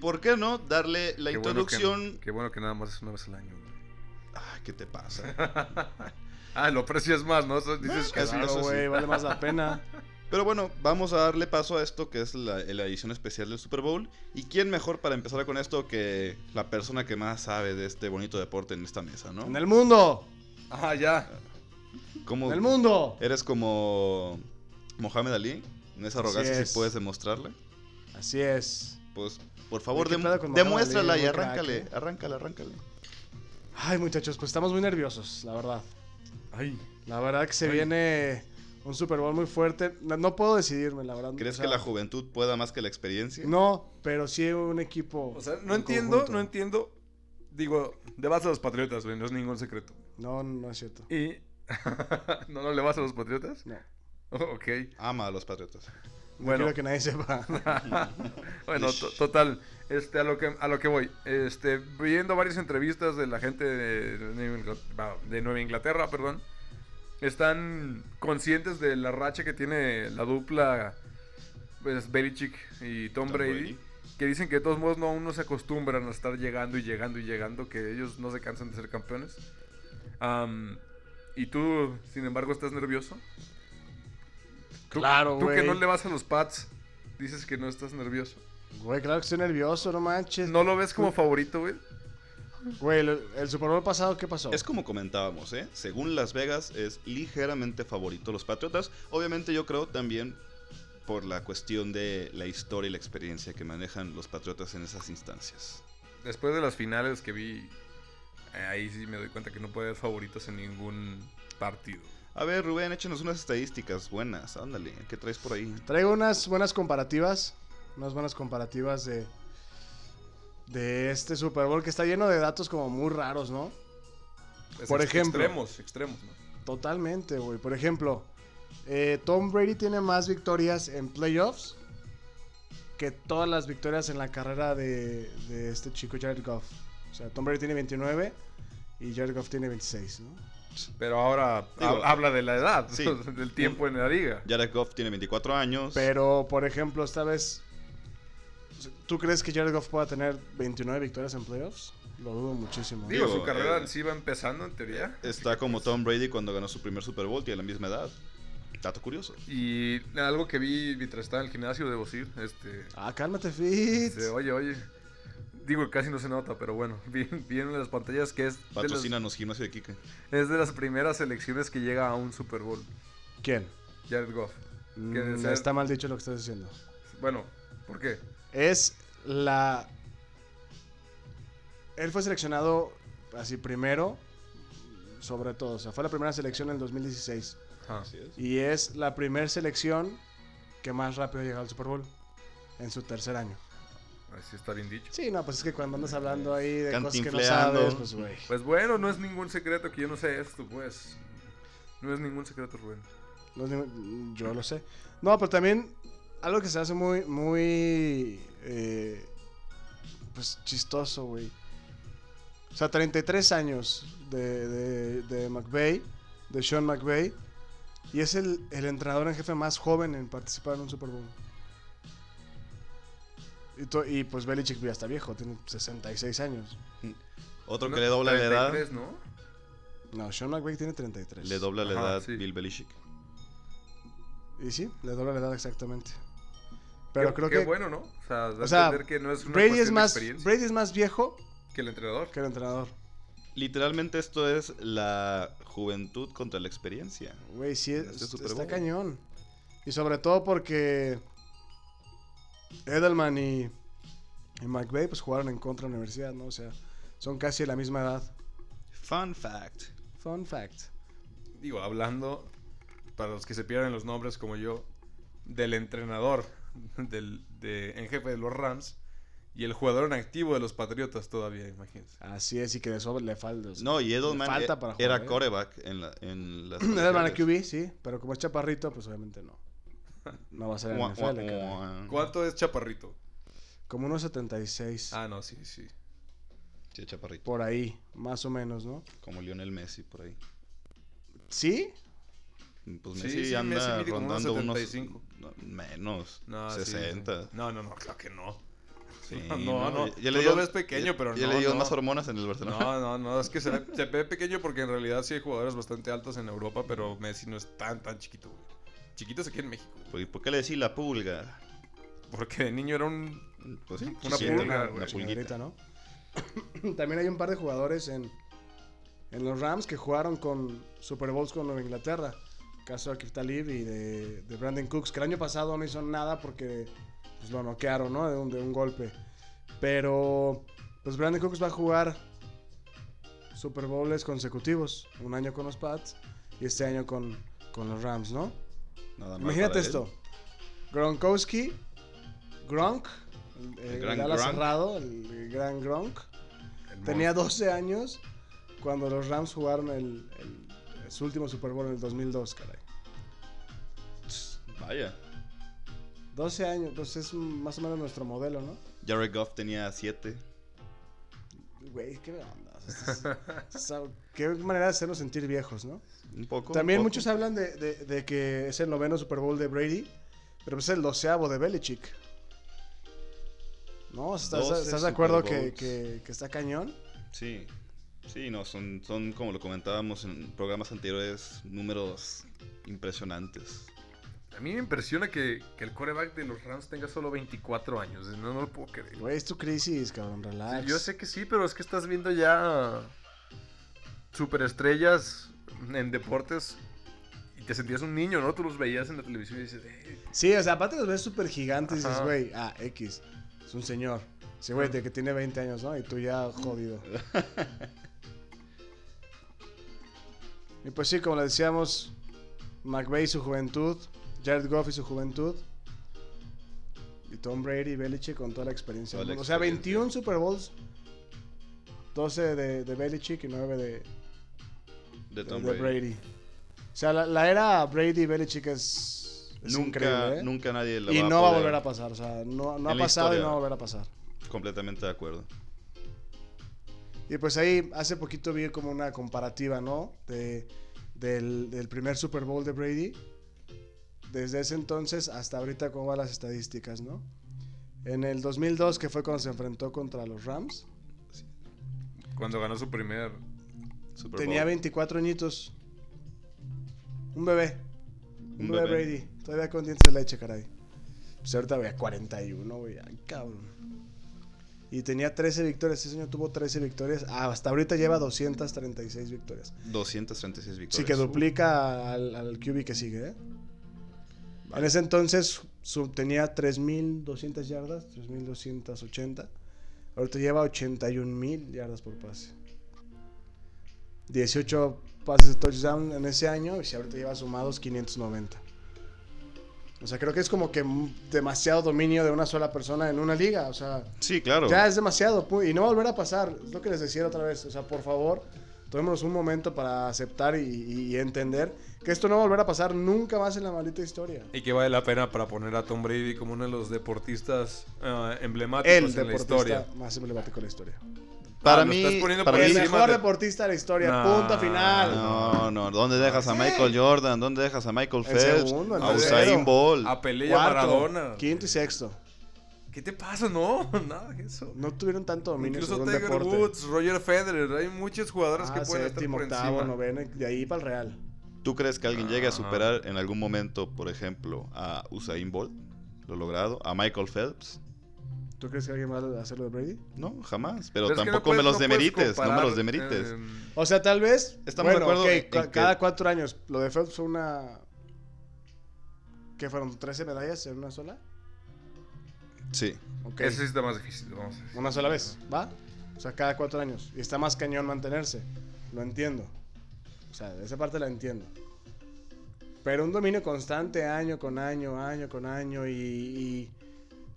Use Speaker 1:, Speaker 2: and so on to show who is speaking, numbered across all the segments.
Speaker 1: ¿por qué no darle la
Speaker 2: Qué bueno que-
Speaker 1: introducción?
Speaker 2: qué bueno que nada más es una vez al año. güey.
Speaker 1: Ay, ¿qué te pasa?
Speaker 2: ah, lo aprecias más, ¿no? Eso Dices que
Speaker 1: Bueno, eso
Speaker 2: sí.
Speaker 1: sí.
Speaker 3: Claro, güey, vale más la pena.
Speaker 1: Pero bueno, vamos a darle paso a esto que es la, eh, la edición especial del Super Bowl. ¿Y quién mejor para empezar con esto que la persona que más sabe de este bonito deporte en esta mesa, no?
Speaker 3: ¡En el mundo!
Speaker 2: Ah, ya.
Speaker 1: Como-
Speaker 3: ¡En el mundo!
Speaker 1: Eres como Mohamed Ali, en esa
Speaker 3: Así
Speaker 1: arrogancia
Speaker 3: es.
Speaker 1: si puedes demostrarla.
Speaker 3: Así es.
Speaker 1: Pues, por favor,
Speaker 3: ¿Qué
Speaker 1: dem-
Speaker 3: pedo con Mohamed
Speaker 1: demuéstrala
Speaker 3: Ali,
Speaker 1: y
Speaker 3: un crack,
Speaker 1: arráncale,
Speaker 3: eh?
Speaker 1: arráncale, arráncale.
Speaker 3: Ay, muchachos, pues estamos muy nerviosos, la verdad.
Speaker 2: Ay.
Speaker 3: La verdad que se
Speaker 2: Ay.
Speaker 3: viene un Super Bowl muy fuerte. No, no puedo decidirme, la verdad.
Speaker 1: ¿Crees
Speaker 3: o sea,
Speaker 1: que la juventud pueda más que la experiencia?
Speaker 3: No, pero sí un equipo.
Speaker 2: O sea,
Speaker 3: en
Speaker 2: no entiendo,
Speaker 3: conjunto.
Speaker 2: no entiendo. Digo, le vas a los patriotas, güey, no es ningún secreto.
Speaker 3: No, no es cierto.
Speaker 2: Y. ¿No, no le vas a los patriotas?
Speaker 3: No.
Speaker 2: Oh, ok.
Speaker 1: Ama a los patriotas.
Speaker 3: Bueno.
Speaker 2: Bueno.
Speaker 3: Quiero que nadie sepa.
Speaker 2: Bueno, to- total. Este, a lo que a lo que voy. Este, viendo varias entrevistas de la gente de, Nueva Inglaterra, de Nueva Inglaterra, perdón. Están conscientes de la racha que tiene la dupla pues, Belichick y Tom,
Speaker 1: Tom
Speaker 2: Brady,
Speaker 1: Brady.
Speaker 2: Que dicen que de todos modos no, aún no se acostumbran a estar llegando y llegando y llegando, que ellos no se cansan de ser campeones. Am, y tú, sin embargo, estás nervioso. Tú-
Speaker 3: Claro,
Speaker 2: Tú que
Speaker 3: güey.
Speaker 2: no le vas a los Pats, dices que no estás nervioso.
Speaker 3: Güey, claro que estoy nervioso, no manches.
Speaker 2: ¿No lo ves como favorito, güey?
Speaker 3: Güey, el, el Super Bowl pasado, ¿qué pasó?
Speaker 1: Es como comentábamos, ¿eh? Según Las Vegas es ligeramente favorito los Patriotas. Obviamente yo creo también por la cuestión de la historia y la experiencia que manejan los Patriotas en esas instancias.
Speaker 2: Después de las finales que vi, eh, ahí sí me doy cuenta que no puede haber favoritos en ningún partido.
Speaker 1: A ver, Rubén, échenos unas estadísticas buenas. Ándale, ¿qué traes por ahí?
Speaker 3: Traigo unas buenas comparativas. Unas buenas comparativas de. De este Super Bowl que está lleno de datos como muy raros, ¿no?
Speaker 2: Es
Speaker 3: Por
Speaker 2: ex-
Speaker 3: ejemplo.
Speaker 2: Extremos, extremos, ¿no?
Speaker 3: Totalmente, güey. Por ejemplo, eh, Tom Brady tiene más victorias en playoffs que todas las victorias en la carrera de, de este chico Jared Goff. O sea, Tom Brady tiene 29 y Jared Goff tiene 26, ¿no?
Speaker 2: Pero ahora ha-
Speaker 1: Digo,
Speaker 2: habla de la edad,
Speaker 1: sí.
Speaker 2: del tiempo en la liga.
Speaker 1: Jared Goff tiene 24 años.
Speaker 3: Pero, por ejemplo, esta vez, ¿tú crees que Jared Goff pueda tener 29 victorias en playoffs? Lo dudo muchísimo.
Speaker 2: Digo,
Speaker 1: Digo,
Speaker 2: su carrera
Speaker 1: eh,
Speaker 2: en sí va empezando en teoría.
Speaker 1: Está como Tom Brady cuando ganó su primer Super Bowl, tiene la misma edad. Dato curioso.
Speaker 2: Y algo que vi mientras estaba en el gimnasio, debo decir, este,
Speaker 3: Ah, cálmate, Fit.
Speaker 2: Dice, oye, oye. Digo, casi no se nota, pero bueno, vi, vi en las pantallas que es de, las,
Speaker 1: Patrocínanos, gimnasio de Kike.
Speaker 2: es de las primeras selecciones que llega a un Super Bowl.
Speaker 3: ¿Quién?
Speaker 2: Jared Goff. Que de
Speaker 3: Mm,
Speaker 2: ser-
Speaker 3: Está mal dicho lo que estás diciendo.
Speaker 2: Bueno, ¿por qué?
Speaker 3: Es la. Él fue seleccionado así primero, sobre todo. O sea, fue la primera selección en el 2016.
Speaker 2: Ajá.
Speaker 3: Y es la primera selección que más rápido llega al Super Bowl en su tercer año.
Speaker 2: Así está bien dicho.
Speaker 3: Sí, no, pues es que cuando andas hablando ahí de cosas que no
Speaker 1: Cantinfleando.
Speaker 3: sabes, pues güey.
Speaker 2: Pues bueno, no es ningún secreto que yo no sé esto, pues. No es ningún secreto, Rubén.
Speaker 3: No digo- mm, yo lo sé. No, pero también algo que se hace muy, muy, eh, pues chistoso, güey. O sea, 33 años de, de, de McVay, de Sean McVay, y es el, el entrenador en jefe más joven en participar en un Super Bowl. Y, to- y pues Belichick ya está viejo, tiene 66 años.
Speaker 1: Otro
Speaker 2: No,
Speaker 1: que le dobla la edad.
Speaker 2: 33, ¿no?
Speaker 3: No, Sean McVay tiene 33.
Speaker 1: Le dobla la
Speaker 2: Ajá,
Speaker 1: edad
Speaker 2: sí.
Speaker 1: Bill Belichick.
Speaker 3: Y sí, le dobla la edad exactamente. Pero
Speaker 2: Qué-
Speaker 3: creo
Speaker 2: qué
Speaker 3: que
Speaker 2: bueno, ¿no? O sea, da
Speaker 3: O
Speaker 2: a
Speaker 3: sea,
Speaker 2: entender que no es una
Speaker 3: Brady
Speaker 2: cuestión
Speaker 3: es,
Speaker 2: de
Speaker 3: más,
Speaker 2: experiencia
Speaker 3: Brady es más viejo
Speaker 2: que el entrenador.
Speaker 3: que el entrenador.
Speaker 1: Literalmente esto es la juventud contra la experiencia.
Speaker 3: Güey, sí,
Speaker 1: En
Speaker 3: es-
Speaker 1: este Super
Speaker 3: está
Speaker 1: Bowl.
Speaker 3: cañón. Y sobre todo porque Edelman y, y McVay pues jugaron en contra de la universidad, ¿no? O sea, son casi de la misma edad.
Speaker 1: Fun fact.
Speaker 3: Fun fact.
Speaker 2: Digo, hablando, para los que se pierden los nombres como yo, del entrenador del, de, en jefe de los Rams y el jugador en activo de los Patriotas todavía, imagínense.
Speaker 3: Así es, y que de eso le falta.
Speaker 1: No, y Edelman
Speaker 3: Falta
Speaker 1: e-
Speaker 3: para jugar,
Speaker 1: era
Speaker 3: ¿eh?
Speaker 1: coreback en, la, en las
Speaker 3: Edelman a
Speaker 1: colegiales.
Speaker 3: QB, sí, pero como es chaparrito, pues obviamente no. No va a ser en
Speaker 1: Guau,
Speaker 3: NFL,
Speaker 1: guau,
Speaker 3: caray.
Speaker 1: guau.
Speaker 2: ¿Cuánto es Chaparrito?
Speaker 3: Como unos 76,
Speaker 2: Ah, no, sí, sí.
Speaker 1: Sí, chaparrito.
Speaker 3: por ahí, más o menos, ¿no?
Speaker 1: Como Lionel Messi por ahí.
Speaker 3: ¿Sí?
Speaker 1: Pues
Speaker 2: Sí,
Speaker 1: Messi
Speaker 2: sí,
Speaker 1: anda
Speaker 2: Messi mide como unos
Speaker 1: rondando unos,
Speaker 2: 75.
Speaker 1: no, menos
Speaker 2: No, sí, sí.
Speaker 1: 60.
Speaker 2: No, no, no, claro que no.
Speaker 1: Sí,
Speaker 2: No, no, no.
Speaker 1: Ya, ya le
Speaker 2: Tú
Speaker 1: dio,
Speaker 2: lo ves pequeño,
Speaker 1: ya-
Speaker 2: pero
Speaker 1: ya
Speaker 2: no,
Speaker 1: le dio
Speaker 2: no.
Speaker 1: más hormonas en el Barcelona.
Speaker 2: No, no, no, es que se ve, se ve pequeño porque en realidad sí hay jugadores bastante altos en Europa, pero Messi no es tan, tan chiquito, güey. Chiquito es aquí en México, güey.
Speaker 1: ¿Por, Pues, por qué le decís la pulga?
Speaker 2: Porque de niño era un...
Speaker 1: Pues sí,
Speaker 2: Una
Speaker 1: chiquito,
Speaker 2: pulga,
Speaker 1: una
Speaker 2: güey.
Speaker 1: pulguita.
Speaker 3: Ahorita, ¿no? También hay un par de jugadores en, en los Rams que jugaron con Super Bowls con Nueva Inglaterra. Caso de Akif Talib y de, de Brandon Cooks, que el año pasado no hizo nada porque pues, lo noquearon, ¿no? De un, de un golpe. Pero, pues Brandon Cooks va a jugar Super Bowls consecutivos. Un año con los Pats y este año con, con los Rams, ¿no?
Speaker 1: Nada más
Speaker 3: Imagínate
Speaker 1: para él.
Speaker 3: esto. Gronkowski, Gronk, el, el
Speaker 1: gran
Speaker 3: ala
Speaker 1: Gronk.
Speaker 3: cerrado, el, el gran Gronk,
Speaker 2: el
Speaker 3: tenía 12 años cuando los Rams jugaron el, el- su último Super Bowl en el 2002, caray.
Speaker 1: Vaya.
Speaker 3: 12 años, pues es un- más o menos nuestro modelo, ¿no?
Speaker 1: Jared Goff tenía 7.
Speaker 3: Güey, qué onda. o sea, es- es- es- qué manera de hacernos sentir viejos, ¿no?
Speaker 1: Un poco.
Speaker 3: También
Speaker 1: un poco.
Speaker 3: muchos hablan de, de- de que es el noveno Super Bowl de Brady, pero pues es el doceavo de Belichick. ¿No? ¿Estás,
Speaker 1: Doce
Speaker 3: estás de
Speaker 1: Super
Speaker 3: acuerdo que,
Speaker 1: Bowls.
Speaker 3: que- que está cañón?
Speaker 1: Sí. Sí, no, son, son como lo comentábamos en programas anteriores, números impresionantes.
Speaker 2: A mí me impresiona que, que el coreback de los Rams tenga solo 24 años. No, no lo puedo creer.
Speaker 3: Güey, es tu crisis, cabrón, relax.
Speaker 2: Yo sé que sí, pero es que estás viendo ya superestrellas en deportes y te sentías un niño, ¿no? Tú los veías en la televisión y dices, eh,
Speaker 3: Sí, o sea, aparte los ves súper gigantes y dices,
Speaker 2: Ajá.
Speaker 3: güey, ah, X, es un señor. Ese güey de que tiene 20 años, ¿no? Y tú ya jodido. y pues sí, como le decíamos, McVeigh y su juventud, Jared Goff y su juventud, y Tom Brady y Belichick con toda la experiencia.
Speaker 1: Toda la
Speaker 3: del mundo. O sea,
Speaker 1: experiencia.
Speaker 3: 21 Super Bowls, 12 de, de Belichick y 9 de,
Speaker 1: De Tom
Speaker 3: de
Speaker 1: Brady.
Speaker 3: Brady. O sea, la, la era Brady-Belichick es, es increíble,
Speaker 1: Nunca,
Speaker 3: ¿eh?
Speaker 1: nunca nadie la
Speaker 3: Y
Speaker 1: va
Speaker 3: no va a
Speaker 1: poder-
Speaker 3: volver a pasar, o sea, no, no ha
Speaker 1: En la
Speaker 3: pasado y
Speaker 1: historia.
Speaker 3: no va a volver a pasar.
Speaker 1: Completamente de acuerdo.
Speaker 3: Y pues ahí hace poquito vi como una comparativa, ¿no? De, del, del primer Super Bowl de Brady. Desde ese entonces hasta ahorita cómo van las estadísticas, ¿no? En el 2002, que fue cuando se enfrentó contra los Rams,
Speaker 2: cuando ganó su primer...
Speaker 1: Super
Speaker 3: tenía
Speaker 1: Bowl.
Speaker 3: 24 añitos. Un bebé. Un
Speaker 1: Un
Speaker 3: bebé,
Speaker 1: bebé.
Speaker 3: Brady. Todavía con dientes de leche, caray. Pues ahorita voy a 41, güey. Ay, cabrón. Y tenía 13 victorias. Ese año tuvo 13 victorias. Ah, hasta ahorita lleva 236 victorias.
Speaker 1: 236 victorias.
Speaker 3: Sí, que duplica al, al QB que sigue, ¿eh? En ese entonces su- tenía 3.200 yardas, 3.280. Ahorita lleva 81.000 yardas por pase. 18 pases de touchdown en ese año y si ahorita lleva sumados 590. O sea, creo que es como que m- demasiado dominio de una sola persona en una liga. O sea,
Speaker 1: Sí, claro.
Speaker 3: ya es demasiado, pu- y no va a volver a pasar. Es lo que les decía otra vez. O sea, por favor, tomémonos un momento para aceptar y, y- y entender que esto no va a volver a pasar nunca más en la maldita historia.
Speaker 2: Y que vale la pena para poner a Tom Brady como uno de los deportistas eh, emblemáticos
Speaker 3: El
Speaker 2: en la
Speaker 3: deportista
Speaker 2: historia.
Speaker 3: más emblemático de la historia.
Speaker 1: Para
Speaker 2: Ah, lo
Speaker 1: mí,
Speaker 2: estás poniendo
Speaker 1: para
Speaker 2: por
Speaker 1: mí-
Speaker 3: El
Speaker 2: encima
Speaker 3: mejor
Speaker 2: de-
Speaker 3: deportista de la historia,
Speaker 2: No,
Speaker 3: punto final.
Speaker 1: No, no, ¿dónde dejas a
Speaker 3: Sí.
Speaker 1: Michael Jordan? ¿Dónde dejas a Michael
Speaker 3: El
Speaker 1: Phelps?
Speaker 3: segundo, el
Speaker 1: a
Speaker 3: tercero.
Speaker 1: Usain Bolt.
Speaker 2: A Pelé y a
Speaker 3: Cuarto,
Speaker 2: Maradona.
Speaker 3: Quinto y sexto.
Speaker 2: ¿Qué te pasa? No, nada de eso.
Speaker 3: No tuvieron tanto dominio
Speaker 2: Incluso
Speaker 3: sobre un
Speaker 2: Tiger
Speaker 3: deporte.
Speaker 2: Woods, Roger Federer, hay muchos jugadores
Speaker 3: Ah,
Speaker 2: que pueden estar
Speaker 3: séptimo,
Speaker 2: por
Speaker 3: octavo,
Speaker 2: encima.
Speaker 3: noveno, y de ahí para el Real.
Speaker 1: ¿Tú crees que alguien llegue a
Speaker 2: Ajá.
Speaker 1: superar en algún momento, por ejemplo, a Usain Bolt? ¿Lo logrado? ¿A Michael Phelps?
Speaker 3: ¿Tú crees que alguien va a hacerlo de Brady?
Speaker 1: No, jamás. Pero,
Speaker 2: Pero es que no
Speaker 1: tampoco
Speaker 2: puedes-
Speaker 1: me los
Speaker 2: no puedes
Speaker 1: demerites, no me
Speaker 2: comparar,
Speaker 1: los demerites.
Speaker 2: eh,
Speaker 3: O sea, tal vez.
Speaker 1: Estamos de
Speaker 3: bueno,
Speaker 1: acuerdo
Speaker 3: ok,
Speaker 1: en
Speaker 3: ca-
Speaker 1: que-
Speaker 3: cada cuatro años. Lo de Phelps fue una. ¿Qué fueron? ¿13 medallas en una sola?
Speaker 1: Sí.
Speaker 3: Ok.
Speaker 2: Ese sí está más difícil, vamos a decir.
Speaker 3: Una sola vez, ¿va? O sea, cada cuatro años. Y está más cañón mantenerse. Lo entiendo. O sea, de esa parte la entiendo. Pero un dominio constante año con año, año con año y, y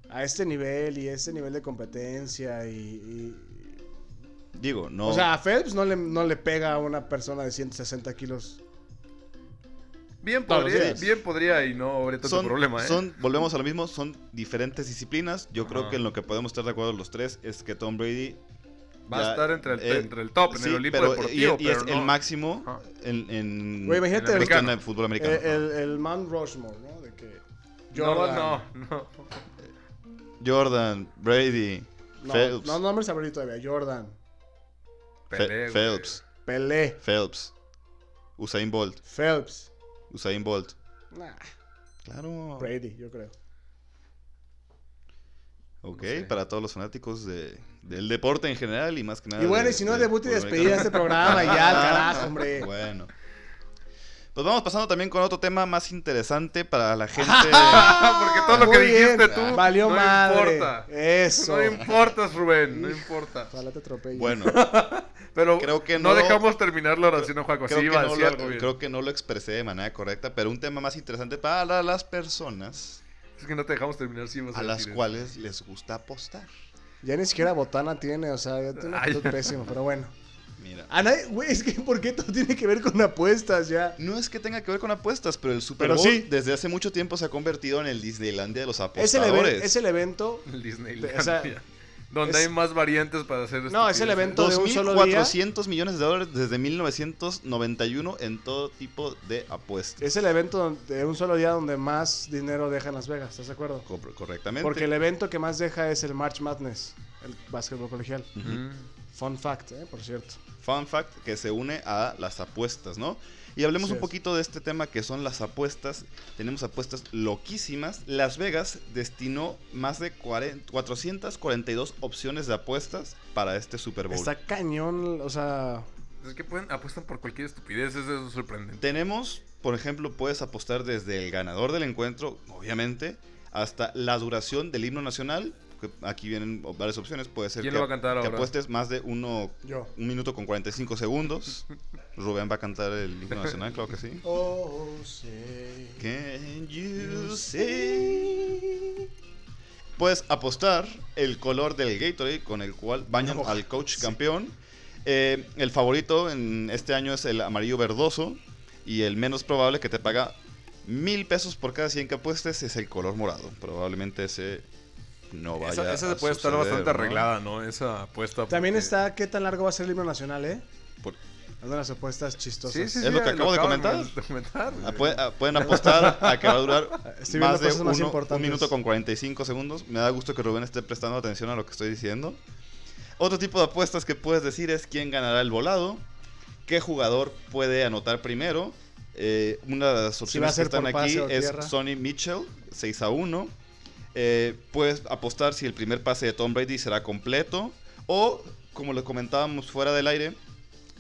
Speaker 3: a este nivel y este nivel de competencia y... y-
Speaker 1: Digo, no.
Speaker 3: O sea, a Phelps no le, no le pega a una persona de 160 kilos
Speaker 2: Bien
Speaker 3: Todos los
Speaker 2: podría,
Speaker 3: días.
Speaker 2: bien podría y no habría tanto
Speaker 1: son,
Speaker 2: problema, ¿eh?
Speaker 1: son- volvemos a lo mismo, son diferentes disciplinas. Yo creo
Speaker 2: Ajá.
Speaker 1: que en lo que podemos estar de acuerdo los tres es que Tom Brady
Speaker 2: Va a
Speaker 1: ya-
Speaker 2: estar entre el,
Speaker 1: eh,
Speaker 2: entre el top, en
Speaker 1: sí,
Speaker 2: el Olimpo
Speaker 1: pero-
Speaker 2: Deportivo,
Speaker 1: y, y
Speaker 2: pero
Speaker 1: es
Speaker 2: no.
Speaker 1: el máximo
Speaker 2: Ajá.
Speaker 1: en, en,
Speaker 3: Güey,
Speaker 1: en
Speaker 3: imagínate
Speaker 2: el
Speaker 1: cuestión
Speaker 2: americano.
Speaker 1: de fútbol americano.
Speaker 3: Eh, el, el Mount Rushmore, ¿no? De que
Speaker 2: No,
Speaker 3: Jordan,
Speaker 2: no, no.
Speaker 1: Jordan, Brady,
Speaker 3: No,
Speaker 1: Phelps,
Speaker 3: no nombres favoritos todavía. Jordan,
Speaker 1: Fe-
Speaker 2: Pelé, güey.
Speaker 1: Phelps,
Speaker 3: Pelé,
Speaker 1: Phelps, Usain Bolt,
Speaker 3: Phelps.
Speaker 1: Usain Bolt.
Speaker 3: Nah,
Speaker 1: Claro.
Speaker 3: Brady, yo creo.
Speaker 1: Ok,
Speaker 2: No sé.
Speaker 1: para todos los fanáticos de, del deporte en general y más que nada.
Speaker 3: Y bueno,
Speaker 1: de-
Speaker 3: y si no,
Speaker 1: del
Speaker 3: debut y
Speaker 1: fútbol
Speaker 3: despedida de este
Speaker 1: americano. Ah,
Speaker 3: programa. Ya, al carajo, hombre.
Speaker 1: Bueno. Pues vamos pasando también con otro tema más interesante para la gente.
Speaker 2: Ah, porque todo lo que
Speaker 3: Muy bien.
Speaker 2: dijiste tú.
Speaker 3: Valió
Speaker 2: no
Speaker 3: madre.
Speaker 2: Importa.
Speaker 3: Eso.
Speaker 2: No importas, Rubén. No importa.
Speaker 3: Ojalá te atropelle.
Speaker 1: bueno,
Speaker 3: Pues
Speaker 2: Pero
Speaker 1: Creo que
Speaker 2: no,
Speaker 1: no-
Speaker 2: dejamos terminar la oración a Juaco.
Speaker 1: creo,
Speaker 2: Sí,
Speaker 1: que
Speaker 2: iba a
Speaker 1: no
Speaker 2: decir
Speaker 1: lo,
Speaker 2: algo bien.
Speaker 1: creo que no lo expresé de manera correcta, pero un tema más interesante para las personas
Speaker 2: Es que no te dejamos terminar, sí, ibas
Speaker 1: a las
Speaker 2: decir eso.
Speaker 1: cuales les gusta apostar.
Speaker 3: Ya ni siquiera botana tiene, o sea, ya tiene una
Speaker 2: Ay.
Speaker 3: actitud pésima, pero bueno.
Speaker 1: Mira.
Speaker 3: A nadie, güey, es que ¿por qué todo tiene que ver con apuestas ya?
Speaker 1: No es que tenga que ver con apuestas, pero el Super
Speaker 3: Pero
Speaker 1: Bowl
Speaker 3: sí.
Speaker 1: desde hace mucho tiempo se ha convertido en el Disneylandia de los
Speaker 3: Es el, even-
Speaker 1: apostadores.
Speaker 3: es el evento.
Speaker 2: El Disneylandia.
Speaker 3: O sea,
Speaker 2: donde
Speaker 3: es-
Speaker 2: hay más variantes para hacer
Speaker 3: No, es el
Speaker 2: estupideces.
Speaker 3: evento. de un solo día.
Speaker 1: 2.400 millones de dólares desde 1991 en todo tipo de apuestas.
Speaker 3: Es el evento don- de un solo día donde más dinero deja en Las Vegas, ¿estás de acuerdo?
Speaker 1: Co- Correctamente.
Speaker 3: Porque el evento que más deja es el March Madness, el básquetbol colegial.
Speaker 1: Ujú.
Speaker 2: Mm.
Speaker 3: Fun fact, ¿eh? por cierto.
Speaker 1: Fun fact que se une a las apuestas, ¿no? Y hablemos
Speaker 3: Así
Speaker 1: un
Speaker 3: es.
Speaker 1: poquito de este tema que son las apuestas. Tenemos apuestas loquísimas. Las Vegas destinó más de 40 442 opciones de apuestas para este Super Bowl.
Speaker 3: Está cañón, o sea,
Speaker 2: Es que pueden, apuestan por cualquier estupidez, eso es sorprendente.
Speaker 1: Tenemos, por ejemplo, puedes apostar desde el ganador del encuentro, obviamente, hasta la duración del himno nacional. que Aquí vienen varias opciones. Puede ser
Speaker 2: ¿Quién
Speaker 1: que,
Speaker 2: lo va a cantar
Speaker 1: que
Speaker 2: ahora?
Speaker 1: apuestes más de uno,
Speaker 3: yo.
Speaker 1: un minuto con 45 segundos. Rubén va a cantar el himno nacional, claro que sí.
Speaker 3: Oh, sí.
Speaker 1: Can you see? Puedes apostar el color del Gatorade con el cual bañan
Speaker 3: No,
Speaker 1: al coach campeón. Eh, el favorito en este año es el amarillo verdoso. Y el menos probable que te paga mil pesos por cada 100 que apuestes es el color morado. Probablemente ese no vaya
Speaker 2: Esa, esa
Speaker 1: a
Speaker 2: puede estar
Speaker 1: suceder,
Speaker 2: bastante
Speaker 1: ¿no?
Speaker 2: arreglada, ¿no? Esa apuesta.
Speaker 3: También
Speaker 2: porque-
Speaker 3: está qué tan largo va a ser el himno nacional, ¿eh?
Speaker 1: Por-
Speaker 3: Una de las apuestas chistosas.
Speaker 2: Sí, sí,
Speaker 1: Es
Speaker 2: sí,
Speaker 1: lo que acabo de
Speaker 2: acaban
Speaker 1: comentar.
Speaker 2: comentar,
Speaker 1: Ah,
Speaker 2: güey.
Speaker 1: pue- ah, Pueden apostar a que va a durar
Speaker 3: Estoy viendo
Speaker 1: más de
Speaker 3: cosas más
Speaker 1: uno- un
Speaker 3: importantes.
Speaker 1: minuto con 45 segundos. Me da gusto que Rubén esté prestando atención a lo que estoy diciendo. Otro tipo de apuestas que puedes decir es quién ganará el volado, qué jugador puede anotar primero. Eh, una de las
Speaker 3: va a
Speaker 1: opciones que
Speaker 3: ser
Speaker 1: están
Speaker 3: por pase
Speaker 1: aquí
Speaker 3: o
Speaker 1: es
Speaker 3: tierra.
Speaker 1: Sonny Mitchell, 6 a 1. Eh, puedes apostar si el primer pase de Tom Brady será completo. O, como lo comentábamos fuera del aire,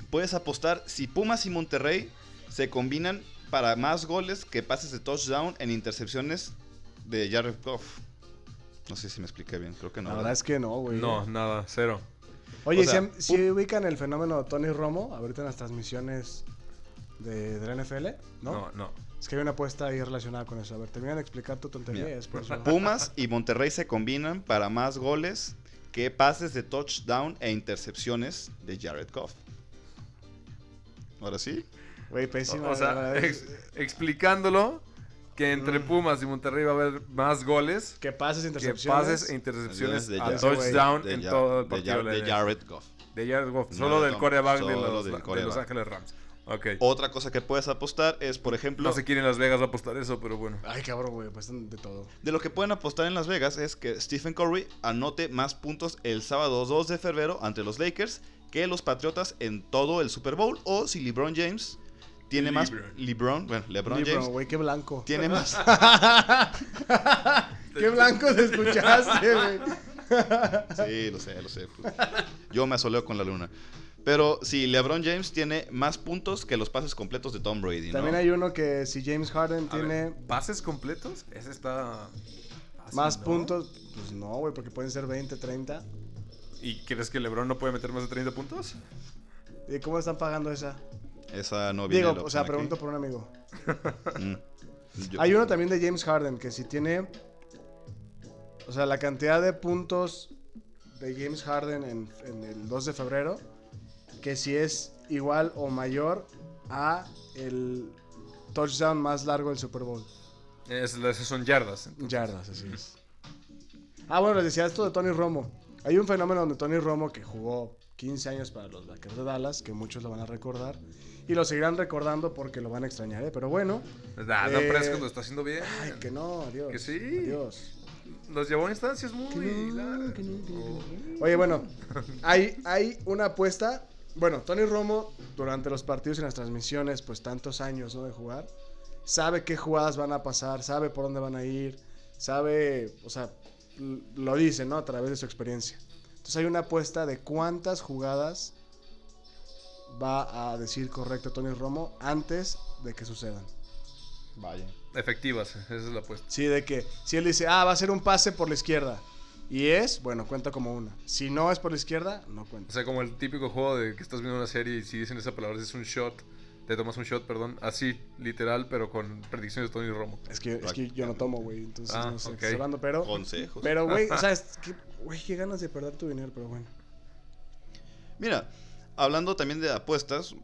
Speaker 1: puedes apostar si Pumas y Monterrey se combinan para más goles que pases de touchdown en intercepciones de Jared Goff. No sé si me expliqué bien, creo que no.
Speaker 3: La
Speaker 1: ¿verdad?
Speaker 3: verdad es que no, güey.
Speaker 2: No, nada, cero.
Speaker 3: Oye,
Speaker 1: o sea,
Speaker 3: si, em, si ubican el fenómeno de Tony Romo ahorita en las transmisiones de, de la NFL, ¿no?
Speaker 2: No, no.
Speaker 3: Es que hay una apuesta ahí relacionada con eso. A ver, terminan de explicar tu tontería
Speaker 1: Mira,
Speaker 3: y después yo-
Speaker 1: Pumas y Monterrey se combinan para más goles que pases de touchdown e intercepciones de Jared Goff. Ahora sí.
Speaker 3: Güey, pésima.
Speaker 2: o
Speaker 3: la
Speaker 2: sea,
Speaker 3: verdad es-
Speaker 2: ex- explicándolo que
Speaker 3: Mm.
Speaker 2: entre Pumas y Monterrey va a haber más goles
Speaker 3: que pases
Speaker 2: que
Speaker 3: intercepciones.
Speaker 2: pases e intercepciones
Speaker 1: De
Speaker 2: a
Speaker 1: Jared-
Speaker 2: touchdown
Speaker 1: de
Speaker 2: en
Speaker 1: Jar-
Speaker 2: todo el
Speaker 1: de
Speaker 2: partido.
Speaker 1: Jar-
Speaker 2: de,
Speaker 1: de Jared Goff.
Speaker 2: de Jared Goff,
Speaker 1: No,
Speaker 2: solo
Speaker 1: no,
Speaker 2: del
Speaker 1: no,
Speaker 2: coreback de
Speaker 1: solo
Speaker 2: los,
Speaker 1: del
Speaker 2: de
Speaker 1: coreback.
Speaker 2: los Ángeles Rams. Ok.
Speaker 1: Otra cosa que puedes apostar es, por ejemplo,
Speaker 2: No sé quién en Las Vegas va a apostar eso, pero bueno.
Speaker 3: Ay, cabrón, güey, apuestan de todo.
Speaker 1: De lo que pueden apostar en Las Vegas es que Stephen Curry anote más puntos el sábado 2 de febrero ante los Lakers que los Patriotas en todo el Super Bowl o si LeBron James tiene más
Speaker 2: LeBron.
Speaker 1: LeBron, bueno, LeBron
Speaker 3: Libro,
Speaker 1: James
Speaker 3: güey, qué blanco.
Speaker 1: tiene más
Speaker 3: qué blanco te escuchaste, güey.
Speaker 1: Sí, lo sé, lo sé. pues. Yo me asoleo con la luna. Pero si LeBron James tiene más puntos que los pases completos de Tom Brady, ¿no?
Speaker 3: También hay uno que si James Harden
Speaker 2: A ver,
Speaker 3: tiene
Speaker 2: ¿Pases completos? Ese está. fácil,
Speaker 3: más
Speaker 2: ¿no?
Speaker 3: puntos, pues no, güey, porque pueden ser 20, 30.
Speaker 2: ¿Y crees que LeBron no puede meter más de 30 puntos?
Speaker 3: ¿Y cómo están pagando esa?
Speaker 1: Esa no viene
Speaker 3: Digo,
Speaker 1: la
Speaker 3: o
Speaker 1: opción
Speaker 3: sea,
Speaker 1: aquí.
Speaker 3: pregunto por un amigo.
Speaker 1: Mm. Yo-
Speaker 3: Hay uno también de James Harden que si tiene. O sea, la cantidad de puntos de James Harden en, en el 2 de febrero. Que si es igual o mayor a el touchdown más largo del Super Bowl.
Speaker 2: Es- esas son yardas.
Speaker 3: Yardas, así es. Ah, bueno, les decía esto de Tony Romo. Hay un fenómeno donde Tony Romo, que jugó 15 años para los Lakers de Dallas, que muchos lo van a recordar. Y lo seguirán recordando porque lo van a extrañar, ¿eh? Pero bueno.
Speaker 2: Nah, no
Speaker 3: Eh,
Speaker 2: Prescott lo está haciendo bien.
Speaker 3: Ay, que no, adiós.
Speaker 2: Que sí.
Speaker 3: Adiós.
Speaker 2: Nos llevó a instancias muy largas.
Speaker 3: Oye, bueno, hay, hay una apuesta. Bueno, Tony Romo, durante los partidos y las transmisiones, pues tantos años ¿no? de jugar, sabe qué jugadas van a pasar, sabe por dónde van a ir, sabe, o sea, l- lo dice, ¿no? A través de su experiencia. Entonces hay una apuesta de cuántas jugadas va a decir correcto Tony Romo antes de que sucedan.
Speaker 4: Vaya.
Speaker 2: Efectivas, esa es la apuesta.
Speaker 3: Sí, de que si él dice, ah, va a ser un pase por la izquierda. Y es, bueno, cuenta como una. Si no es por la izquierda, no
Speaker 2: O
Speaker 3: cuenta.
Speaker 2: sea, como el típico juego de que estás viendo una serie y si dicen esa palabra es un shot, te tomas un shot, perdón, así, literal, pero con predicciones de Tony Romo.
Speaker 3: Es que, es que yo no tomo, güey. Entonces
Speaker 2: Ah,
Speaker 3: no sé qué
Speaker 2: ok.
Speaker 3: estoy hablando, pero.
Speaker 1: Consejos.
Speaker 3: Pero, güey, o sea, es que, güey, qué ganas de perder tu dinero, pero bueno.
Speaker 1: Mira, hablando también de apuestas,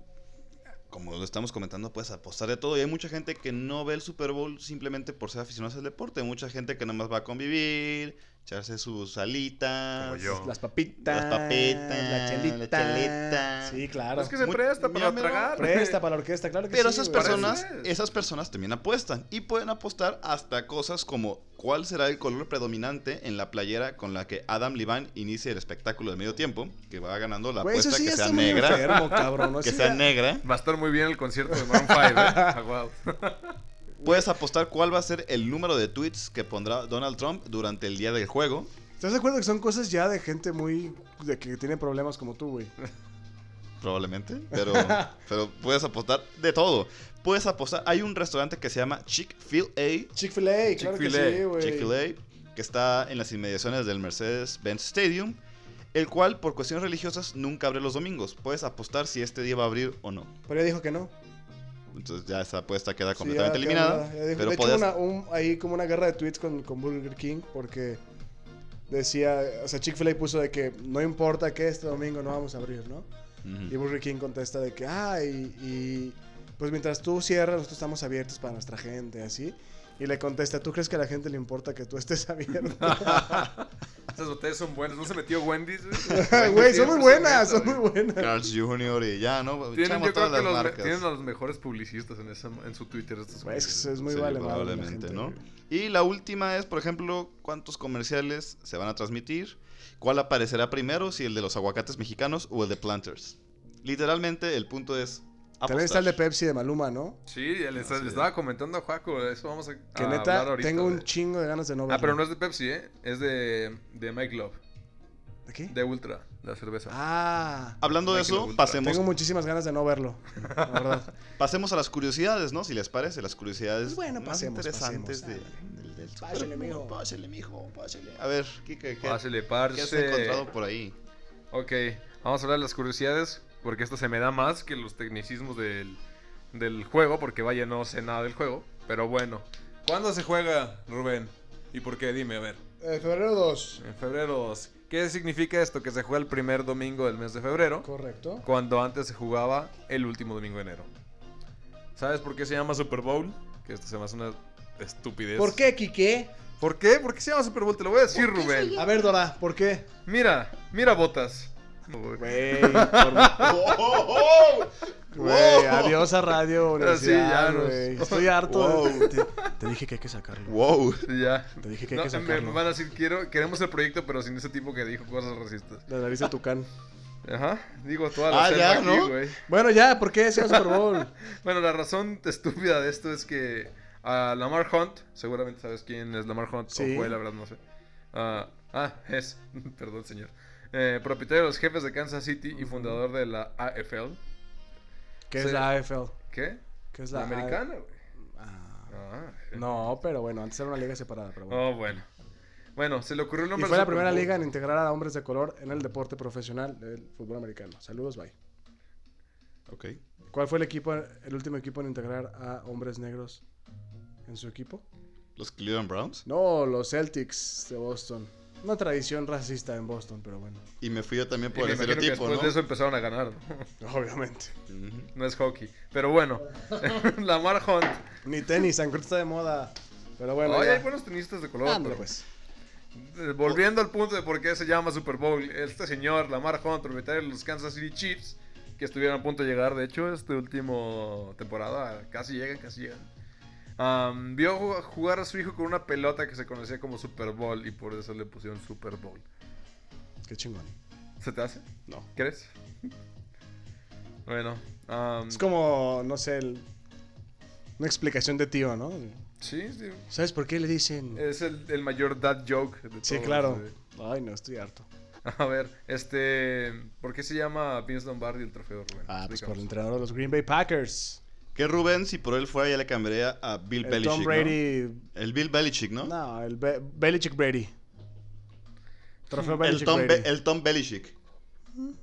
Speaker 1: como lo estamos comentando, puedes apostar de todo. Y hay mucha gente que no ve el Super Bowl simplemente por ser aficionados al deporte. Mucha gente que nomás va a convivir, echarse sus alitas.
Speaker 2: Como yo.
Speaker 3: Las
Speaker 1: Las
Speaker 3: papitas.
Speaker 1: papitas,
Speaker 3: La chelita.
Speaker 1: la chelita.
Speaker 3: Sí, claro.
Speaker 2: Es que se
Speaker 1: Muy-
Speaker 2: presta para
Speaker 1: llámelo.
Speaker 2: tragar.
Speaker 3: Presta para la orquesta, claro que
Speaker 1: Pero
Speaker 3: sí.
Speaker 1: esas
Speaker 3: güey.
Speaker 1: personas,
Speaker 2: Así es.
Speaker 1: esas personas también apuestan y pueden apostar hasta cosas como cuál será el color predominante en la playera con la que Adam Levine inicie el espectáculo de medio tiempo, que va ganando la
Speaker 3: Güey, eso
Speaker 1: apuesta
Speaker 3: sí
Speaker 1: que
Speaker 3: ya
Speaker 1: sea
Speaker 3: está muy
Speaker 1: negra,
Speaker 3: enfermo, cabrón. ¿no?
Speaker 1: que
Speaker 3: Sí,
Speaker 1: sea
Speaker 3: ya-
Speaker 1: negra.
Speaker 2: Va a estar muy bien el concierto de Maroon 5, ¿eh? Ah, guau.
Speaker 1: Puedes apostar cuál va a ser el número de tweets que pondrá Donald Trump durante el día del juego.
Speaker 3: ¿Estás de acuerdo que son cosas ya de gente muy. de que tiene problemas como tú, güey?
Speaker 1: Probablemente, pero, pero puedes apostar de todo. Puedes apostar. Hay un restaurante que se llama Chick-fil-A
Speaker 3: Chick-fil-A, claro que
Speaker 2: Chick-fil-A,
Speaker 3: sí, güey.
Speaker 1: Chick-fil-A, que está en las inmediaciones del Mercedes-Benz Stadium, el cual por cuestiones religiosas nunca abre los domingos. Puedes apostar si este día va a abrir o no.
Speaker 3: Pero ya dijo que no.
Speaker 1: Entonces ya esa apuesta queda
Speaker 3: Sí,
Speaker 1: completamente
Speaker 3: ya quedó
Speaker 1: eliminada.
Speaker 3: nada, ya dijo.
Speaker 1: pero
Speaker 3: de hecho,
Speaker 1: podías-
Speaker 3: una- un- ahí como una guerra de tweets con, con Burger King porque decía, o sea, Chick-fil-A puso de que no importa que este domingo no vamos a abrir, ¿no? Y
Speaker 1: Ujú.
Speaker 3: Burger King contesta de que, ah, y, y, pues mientras tú cierras, nosotros estamos abiertos para nuestra gente, así. Y le contesta, ¿tú crees que a la gente le importa que tú estés abierto?
Speaker 2: Esas botellas son buenas. ¿No se metió Wendy's?
Speaker 3: Güey, son muy buenas, son
Speaker 2: Siempre se
Speaker 3: muy
Speaker 2: mete,
Speaker 3: buenas.
Speaker 1: Carl's Jr. y ya, ¿no?
Speaker 2: güey. Tienen,
Speaker 1: Echamos
Speaker 2: yo creo
Speaker 1: todas las
Speaker 2: que los, me-
Speaker 1: marcas.
Speaker 2: tienen a los mejores publicistas en, esa, en su Twitter. Estos
Speaker 3: Güey, es que
Speaker 2: güeyes.
Speaker 3: eso es muy
Speaker 1: Sí,
Speaker 3: vale, madre, la
Speaker 1: probablemente,
Speaker 3: gente,
Speaker 1: ¿no?
Speaker 3: güey.
Speaker 1: Y la última es, por ejemplo, cuántos comerciales se van a transmitir, cuál aparecerá primero, si el de los aguacates mexicanos o el de Planters. Literalmente el punto es apostar.
Speaker 3: También está el de Pepsi de Maluma, ¿no?
Speaker 2: Sí, ya les,
Speaker 1: Así
Speaker 2: le
Speaker 1: es.
Speaker 2: estaba comentando a Juaco. de Eso vamos a,
Speaker 3: Que
Speaker 2: a
Speaker 3: neta,
Speaker 2: Ah, hablar ahorita.
Speaker 3: tengo un
Speaker 2: güey.
Speaker 3: chingo de ganas de no verlo.
Speaker 2: Ah, pero no es de Pepsi, ¿eh? Es de, de Mike Love.
Speaker 3: ¿De qué?
Speaker 2: De Ultra, la cerveza.
Speaker 3: Ah,
Speaker 1: Hablando de
Speaker 2: Ay, que lo
Speaker 1: eso,
Speaker 2: ultra.
Speaker 1: pasemos,
Speaker 3: tengo muchísimas ganas de no verlo. La verdad.
Speaker 1: pasemos a las curiosidades, ¿no? Si les parece, las curiosidades
Speaker 3: Pues bueno,
Speaker 1: más
Speaker 3: pasemos,
Speaker 1: interesantes
Speaker 3: pasemos.
Speaker 1: de- del, del
Speaker 3: Pásele,
Speaker 1: Super Bowl.
Speaker 3: mijo.
Speaker 1: Pásele, mijo, pásele. A ver, Kike, ¿qué,
Speaker 2: Pásele,
Speaker 1: qué has
Speaker 2: parce.
Speaker 1: encontrado por ahí?
Speaker 2: Ok, vamos a hablar de las curiosidades, porque esto se me da más que los tecnicismos del, del juego, porque vaya, no sé nada del juego, pero bueno. ¿Cuándo se juega, Rubén? ¿Y por qué? Dime, a ver.
Speaker 3: febrero 2.
Speaker 2: En febrero 2. ¿Qué significa esto? Que se juega el primer domingo del mes de febrero,
Speaker 3: Correcto.
Speaker 2: cuando antes se jugaba el último domingo de enero. ¿Sabes por qué se llama Super Bowl? Que esto se me hace una estupidez.
Speaker 3: ¿Por qué, Quique?
Speaker 2: ¿Por qué? ¿Por qué se llama Super Bowl? Te lo voy a decir, Rubén.
Speaker 3: A ver, Dora, ¿por qué?
Speaker 2: Mira, mira botas.
Speaker 3: Güey, por-
Speaker 2: ¡Oh,
Speaker 3: güey, adiós a radio, universidad,
Speaker 2: ya nos-
Speaker 3: güey. Estoy harto.
Speaker 1: Wow.
Speaker 3: Te, te dije que hay que sacarlo.
Speaker 1: Wow.
Speaker 2: Ya.
Speaker 3: Te dije que hay
Speaker 2: No,
Speaker 3: que
Speaker 2: me
Speaker 3: sacarlo.
Speaker 2: van a decir, quiero, queremos el proyecto, pero sin ese tipo que dijo cosas racistas.
Speaker 3: La nariz de Tucán.
Speaker 2: Ajá, digo toda la
Speaker 1: Ah,
Speaker 2: selva
Speaker 1: ya,
Speaker 2: aquí,
Speaker 1: ¿no?
Speaker 2: güey.
Speaker 3: Bueno, ya, ¿por qué se llama Super Bowl?
Speaker 2: Bueno, la razón estúpida de esto es que a Lamar Hunt, seguramente sabes quién es Lamar Hunt,
Speaker 3: Sí.
Speaker 2: o fue, la verdad, no sé. Ah, ah, es, perdón, señor. Eh, propietario de los jefes de Kansas City y fundador de la AFL.
Speaker 3: ¿Qué es
Speaker 2: Sí.
Speaker 3: la AFL?
Speaker 2: ¿Qué?
Speaker 3: ¿Qué es
Speaker 2: La
Speaker 3: la
Speaker 2: americana, güey.
Speaker 3: Ah,
Speaker 2: Ah,
Speaker 3: no, pero bueno, antes era una liga separada, pero bueno.
Speaker 2: Oh, bueno. Bueno, se le ocurrió el
Speaker 3: Y
Speaker 2: nombre
Speaker 3: fue
Speaker 2: al
Speaker 3: la
Speaker 2: Super
Speaker 3: primera
Speaker 2: Bowl.
Speaker 3: liga en integrar a hombres de color en el deporte profesional del fútbol americano. Saludos, bye.
Speaker 1: Ok.
Speaker 3: ¿Cuál fue el equipo, el último equipo en integrar a hombres negros en su equipo?
Speaker 1: Los Cleveland Browns.
Speaker 3: No, los Celtics de Boston. Una tradición racista en Boston, pero bueno,
Speaker 1: Y me fui yo también
Speaker 2: Y
Speaker 1: por
Speaker 2: me
Speaker 1: el
Speaker 2: imagino que
Speaker 1: estereotipo,
Speaker 2: después
Speaker 1: ¿no?
Speaker 2: de eso empezaron a ganar, ¿no?
Speaker 3: obviamente.
Speaker 1: Ujú.
Speaker 2: No es hockey. Pero bueno, Lamar Hunt.
Speaker 3: Ni tenis, aunque está de moda. Pero bueno,
Speaker 2: Oye,
Speaker 3: ya.
Speaker 2: hay buenos tenistas de color.
Speaker 3: Ándale,
Speaker 2: pero-
Speaker 3: pues.
Speaker 2: Eh, Volviendo al punto de por qué se llama Super Bowl, este señor, Lamar Hunt, propietario de los Kansas City Chiefs, este que estuvieron a punto de llegar, de hecho, esta última temporada, casi llegan, casi llegan. Am, vio ju- jugar a su hijo con una pelota que se conocía como Super Bowl y por eso le pusieron Super Bowl.
Speaker 3: pues, Qué chingón.
Speaker 2: ¿Se te hace?
Speaker 3: No.
Speaker 2: ¿Crees? Bueno. am,
Speaker 3: Es como, no sé, el- una explicación de tío, ¿no?
Speaker 2: sí, sí.
Speaker 3: ¿Sabes por qué le dicen?
Speaker 2: Es el, el mayor dad joke de
Speaker 3: sí,
Speaker 2: todos,
Speaker 3: claro.
Speaker 2: eh.
Speaker 3: Ay, no, estoy harto.
Speaker 2: A ver, este. ¿Por qué se llama Vince Lombardi el trofeo Rubén?
Speaker 3: Ah, pues por el
Speaker 2: Explícanos.
Speaker 3: entrenador de los Green Bay Packers.
Speaker 1: Que Rubén, si por él fuera, ya le cambiaría a Bill
Speaker 3: El
Speaker 1: Belichick.
Speaker 3: Tom
Speaker 1: ¿no?
Speaker 3: Brady.
Speaker 1: El Bill Belichick, ¿no?
Speaker 3: No, el Be- Belichick Brady. Trofeo
Speaker 1: el,
Speaker 3: Belichick
Speaker 1: Tom Be-
Speaker 3: Brady.
Speaker 1: el Tom Belichick.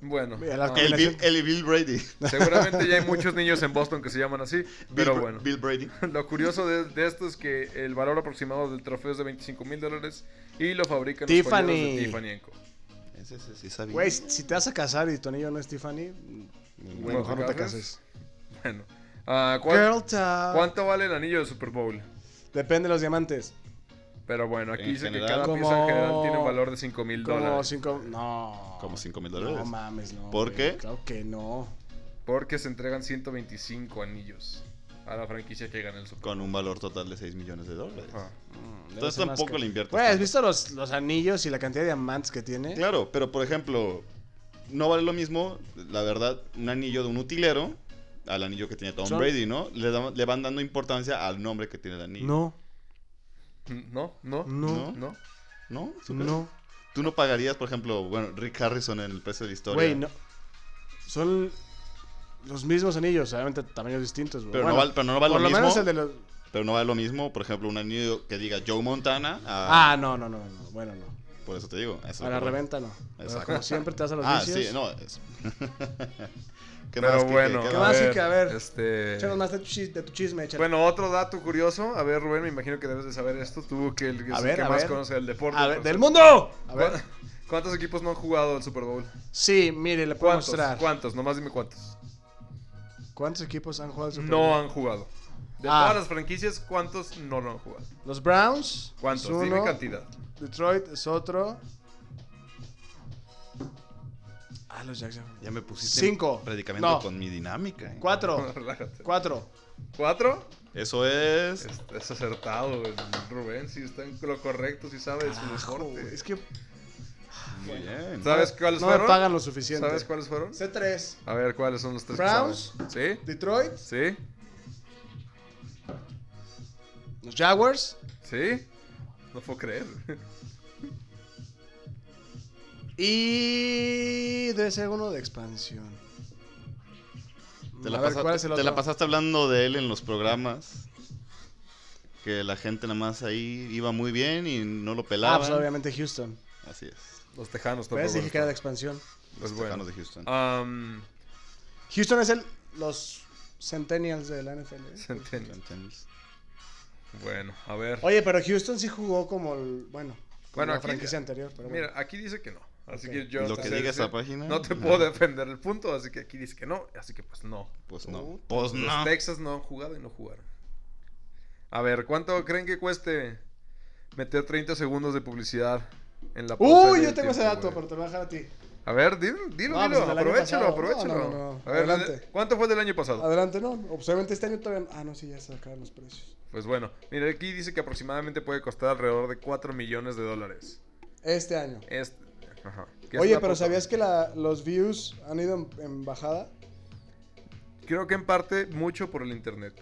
Speaker 2: Bueno.
Speaker 3: Mira, la
Speaker 2: ah,
Speaker 1: El
Speaker 3: combinación-
Speaker 1: Bill, el Bill Brady.
Speaker 2: seguramente ya hay muchos niños en Boston que se llaman así, pero
Speaker 1: Bill, Br-
Speaker 2: bueno.
Speaker 1: Bill Brady.
Speaker 2: Lo curioso de, de esto es que el valor aproximado del trofeo es de 25 mil dólares y lo fabrican los
Speaker 3: Tiffany.
Speaker 2: joyeros de Tiffany Co.
Speaker 1: Ese, ese sí sabía.
Speaker 3: Güey, si te vas a casar y tu anillo no es Tiffany, mm,
Speaker 2: Bueno,
Speaker 3: mejor no te
Speaker 2: gracias.
Speaker 3: cases.
Speaker 2: Bueno. ah, ¿cuál-
Speaker 3: Girl Town.
Speaker 2: ¿Cuánto vale el anillo de Super Bowl?
Speaker 3: Depende de los diamantes.
Speaker 2: Pero bueno, aquí
Speaker 1: En
Speaker 2: dice
Speaker 1: general.
Speaker 2: que cada pieza en
Speaker 3: Como-
Speaker 2: general tiene un valor de 5 mil
Speaker 3: Como
Speaker 2: dólares.
Speaker 3: 5. No.
Speaker 1: Como cinco mil
Speaker 3: No
Speaker 1: dólares.
Speaker 3: mames, no.
Speaker 1: ¿Por
Speaker 3: güey,
Speaker 1: qué?
Speaker 3: Claro que no.
Speaker 2: Porque se entregan 125 anillos a la franquicia que gana el Super Bowl.
Speaker 1: Con un valor total de 6 millones de dólares.
Speaker 2: Ah.
Speaker 3: Mm, debe
Speaker 1: Entonces
Speaker 3: ser más
Speaker 1: tampoco
Speaker 3: que-
Speaker 1: le inviertes.
Speaker 3: Güey, ¿has
Speaker 1: tanto.
Speaker 3: visto los, los anillos y la cantidad de diamantes que tiene?
Speaker 1: Claro, pero por ejemplo, no vale lo mismo, la verdad, un anillo de un utilero al anillo que tiene Tom
Speaker 3: Son-
Speaker 1: Brady, ¿no? Le, da- le van dando importancia al nombre que tiene el anillo.
Speaker 3: No,
Speaker 2: No, no,
Speaker 3: no,
Speaker 2: no.
Speaker 1: ¿No? ¿Tú crees?
Speaker 3: no.
Speaker 1: Tú no pagarías, por ejemplo, bueno, Rick Harrison en el precio de la historia.
Speaker 3: Güey, no. Son los mismos anillos, obviamente tamaños distintos. güey.
Speaker 1: Pero,
Speaker 3: Bueno,
Speaker 1: no vale, pero no vale lo,
Speaker 3: por lo
Speaker 1: mismo.
Speaker 3: menos el de los.
Speaker 1: Pero no vale lo mismo, por ejemplo, un anillo que diga Joe Montana. a-
Speaker 3: Ah, no, no, no, no. Bueno, no.
Speaker 1: Por eso te digo. a eso
Speaker 3: A la
Speaker 1: voy.
Speaker 3: reventa no.
Speaker 1: Exacto.
Speaker 3: Como siempre te vas a los
Speaker 1: Ah,
Speaker 3: vicios.
Speaker 1: sí, no. es- ¿Qué
Speaker 2: Pero
Speaker 1: ¿Qué-
Speaker 2: bueno,
Speaker 1: qué- qué
Speaker 3: ¿Qué
Speaker 1: más?
Speaker 3: más? Iker? A ver.
Speaker 2: Este...
Speaker 3: Échanos más de tu, chis- de tu chisme, échale.
Speaker 2: Bueno, otro dato curioso. A ver, Rubén, me imagino que debes de saber esto. Tú que el es
Speaker 3: A
Speaker 2: el
Speaker 3: ver,
Speaker 2: que
Speaker 3: a
Speaker 2: más
Speaker 3: ver.
Speaker 2: conoce del deporte.
Speaker 3: A ver,
Speaker 2: entonces,
Speaker 3: ¡Del mundo! A
Speaker 2: ¿cuá-
Speaker 3: ver.
Speaker 2: ¿Cuántos equipos no han jugado el Super Bowl?
Speaker 3: Sí, mire, le puedo
Speaker 2: ¿Cuántos?
Speaker 3: mostrar.
Speaker 2: ¿Cuántos? Nomás dime cuántos.
Speaker 3: ¿Cuántos equipos han jugado el Super Bowl?
Speaker 2: No han jugado. De
Speaker 3: Ah.
Speaker 2: todas las franquicias, ¿cuántos no lo han jugado?
Speaker 3: Los Browns.
Speaker 2: ¿Cuántos?
Speaker 3: es uno,
Speaker 2: Dime cantidad.
Speaker 3: Detroit es otro. Ah, los Jackson.
Speaker 1: Ya me pusiste
Speaker 3: Cinco.
Speaker 1: en predicamento
Speaker 3: No.
Speaker 1: con mi dinámica. ¿eh?
Speaker 3: Cuatro.
Speaker 2: Relájate.
Speaker 3: Cuatro.
Speaker 2: ¿Cuatro?
Speaker 1: Eso es.
Speaker 2: Es, es acertado, güey. Rubén. Si está en lo correcto, si sabe de su
Speaker 3: Carajo,
Speaker 2: deporte.
Speaker 3: es que
Speaker 1: Muy bien.
Speaker 2: ¿Sabes cuáles
Speaker 3: no me
Speaker 2: fueron?
Speaker 3: pagan lo suficiente.
Speaker 2: ¿Sabes cuáles fueron?
Speaker 3: C3.
Speaker 2: A ver, ¿cuáles son los tres que
Speaker 3: Browns.
Speaker 2: saben? ¿Sí?
Speaker 3: Detroit.
Speaker 2: ¿Sí?
Speaker 3: Los Jaguars.
Speaker 2: ¿Sí? No puedo creer.
Speaker 3: Y debe ser uno de expansión.
Speaker 1: Te la,
Speaker 3: a ver,
Speaker 1: pasa-
Speaker 3: ¿cuál es el
Speaker 1: te
Speaker 3: otro?
Speaker 1: la pasaste hablando de él en los programas. Que la gente nada más ahí iba muy bien y no lo
Speaker 3: Ah,
Speaker 2: ¿eh?
Speaker 1: pelaba.
Speaker 3: pues obviamente Houston.
Speaker 1: Así es.
Speaker 2: Los tejanos tampoco.
Speaker 3: ¿Ves? Dije que era de expansión.
Speaker 2: Pues
Speaker 1: Los
Speaker 2: bueno.
Speaker 1: Tejanos de Houston.
Speaker 2: Um,
Speaker 3: Houston es el los Centennials de la NFL. ¿eh?
Speaker 2: Centennial. Bueno, a ver.
Speaker 3: Oye, pero Houston sí jugó como el, bueno, como
Speaker 2: Bueno,
Speaker 3: la
Speaker 2: aquí-
Speaker 3: franquicia anterior, pero bueno.
Speaker 2: Mira, aquí dice que no. Así
Speaker 3: Ok.
Speaker 2: que yo
Speaker 1: Lo
Speaker 2: te
Speaker 1: que
Speaker 2: sé
Speaker 1: diga
Speaker 2: decir-
Speaker 1: esa página,
Speaker 2: No te
Speaker 1: no.
Speaker 2: puedo defender el punto, así que aquí dice que no. Así que pues no.
Speaker 1: Pues no.
Speaker 3: Uh,
Speaker 1: Pues
Speaker 2: Los
Speaker 1: no.
Speaker 2: Texas no han jugado y no jugaron. A ver, ¿cuánto creen que cueste meter 30 segundos de publicidad en la pausa
Speaker 3: Uy,
Speaker 2: del
Speaker 3: yo tengo ese
Speaker 2: tiempo,
Speaker 3: dato,
Speaker 2: güey?
Speaker 3: pero te lo voy a dejar a ti.
Speaker 2: A ver, dilo, dilo,
Speaker 3: No, pues,
Speaker 2: dilo,
Speaker 3: del año
Speaker 2: aprovechalo,
Speaker 3: pasado.
Speaker 2: aprovechalo.
Speaker 3: No, no, no,
Speaker 2: A ver,
Speaker 3: adelante.
Speaker 2: ¿cuánto fue del año pasado?
Speaker 3: Adelante, no. Obviamente este año todavía. Ah, no, sí, ya se acabaron los precios.
Speaker 2: Pues bueno, mira, aquí dice que aproximadamente puede costar alrededor de 4 millones de dólares.
Speaker 3: Este año.
Speaker 2: Este, ajá, que es
Speaker 3: Oye,
Speaker 2: una
Speaker 3: pero
Speaker 2: puta-
Speaker 3: ¿sabías que la- los views han ido en, en bajada?
Speaker 2: Creo que en parte mucho por el internet.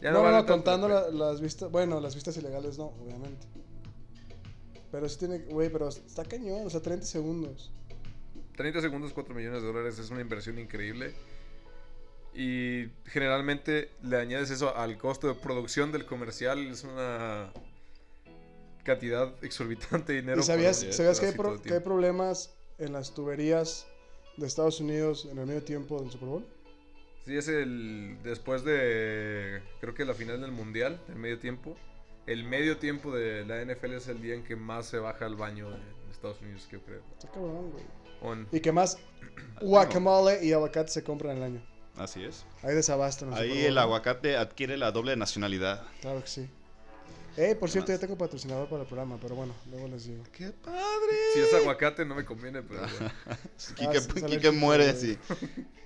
Speaker 2: Ya
Speaker 3: no, no,
Speaker 2: vale
Speaker 3: no,
Speaker 2: tanto,
Speaker 3: contando
Speaker 2: güey.
Speaker 3: la- las vistas. Bueno, las vistas ilegales no, obviamente. Pero sí tiene. Güey, pero está cañón, o sea, 30 segundos.
Speaker 2: 30 segundos, 4 millones de dólares es una inversión increíble. Y generalmente le añades eso al costo de producción del comercial, es una cantidad exorbitante de dinero.
Speaker 3: ¿Y sabías,
Speaker 2: para un
Speaker 3: sabías que, hay
Speaker 2: pedacito
Speaker 3: pro-
Speaker 2: de
Speaker 3: que hay
Speaker 2: tiempo.
Speaker 3: problemas en las tuberías de Estados Unidos en el medio tiempo del Super Bowl?
Speaker 2: Sí, es el. Después de. Creo que la final del mundial, el medio tiempo. El medio tiempo de la NFL es el día en que más se baja al baño en Estados Unidos, que yo creo.
Speaker 3: Está cabrón, güey.
Speaker 2: O en-
Speaker 3: Y que más guacamole y aguacate se compran el año.
Speaker 1: Así es.
Speaker 3: Hay desabasto. en el Super
Speaker 1: Ahí
Speaker 3: Bowl,
Speaker 1: el
Speaker 3: ¿no?
Speaker 1: aguacate adquiere la doble nacionalidad.
Speaker 3: Claro que sí. Eh, por cierto,
Speaker 1: más?
Speaker 3: ya tengo patrocinador para el programa, pero bueno, luego les digo.
Speaker 1: ¡Qué padre!
Speaker 2: Si es aguacate, no me conviene, pero. bueno.
Speaker 1: Quique,
Speaker 3: Ah, sí, es
Speaker 1: Quique
Speaker 3: alérgico,
Speaker 1: muere
Speaker 3: güey.
Speaker 1: si, si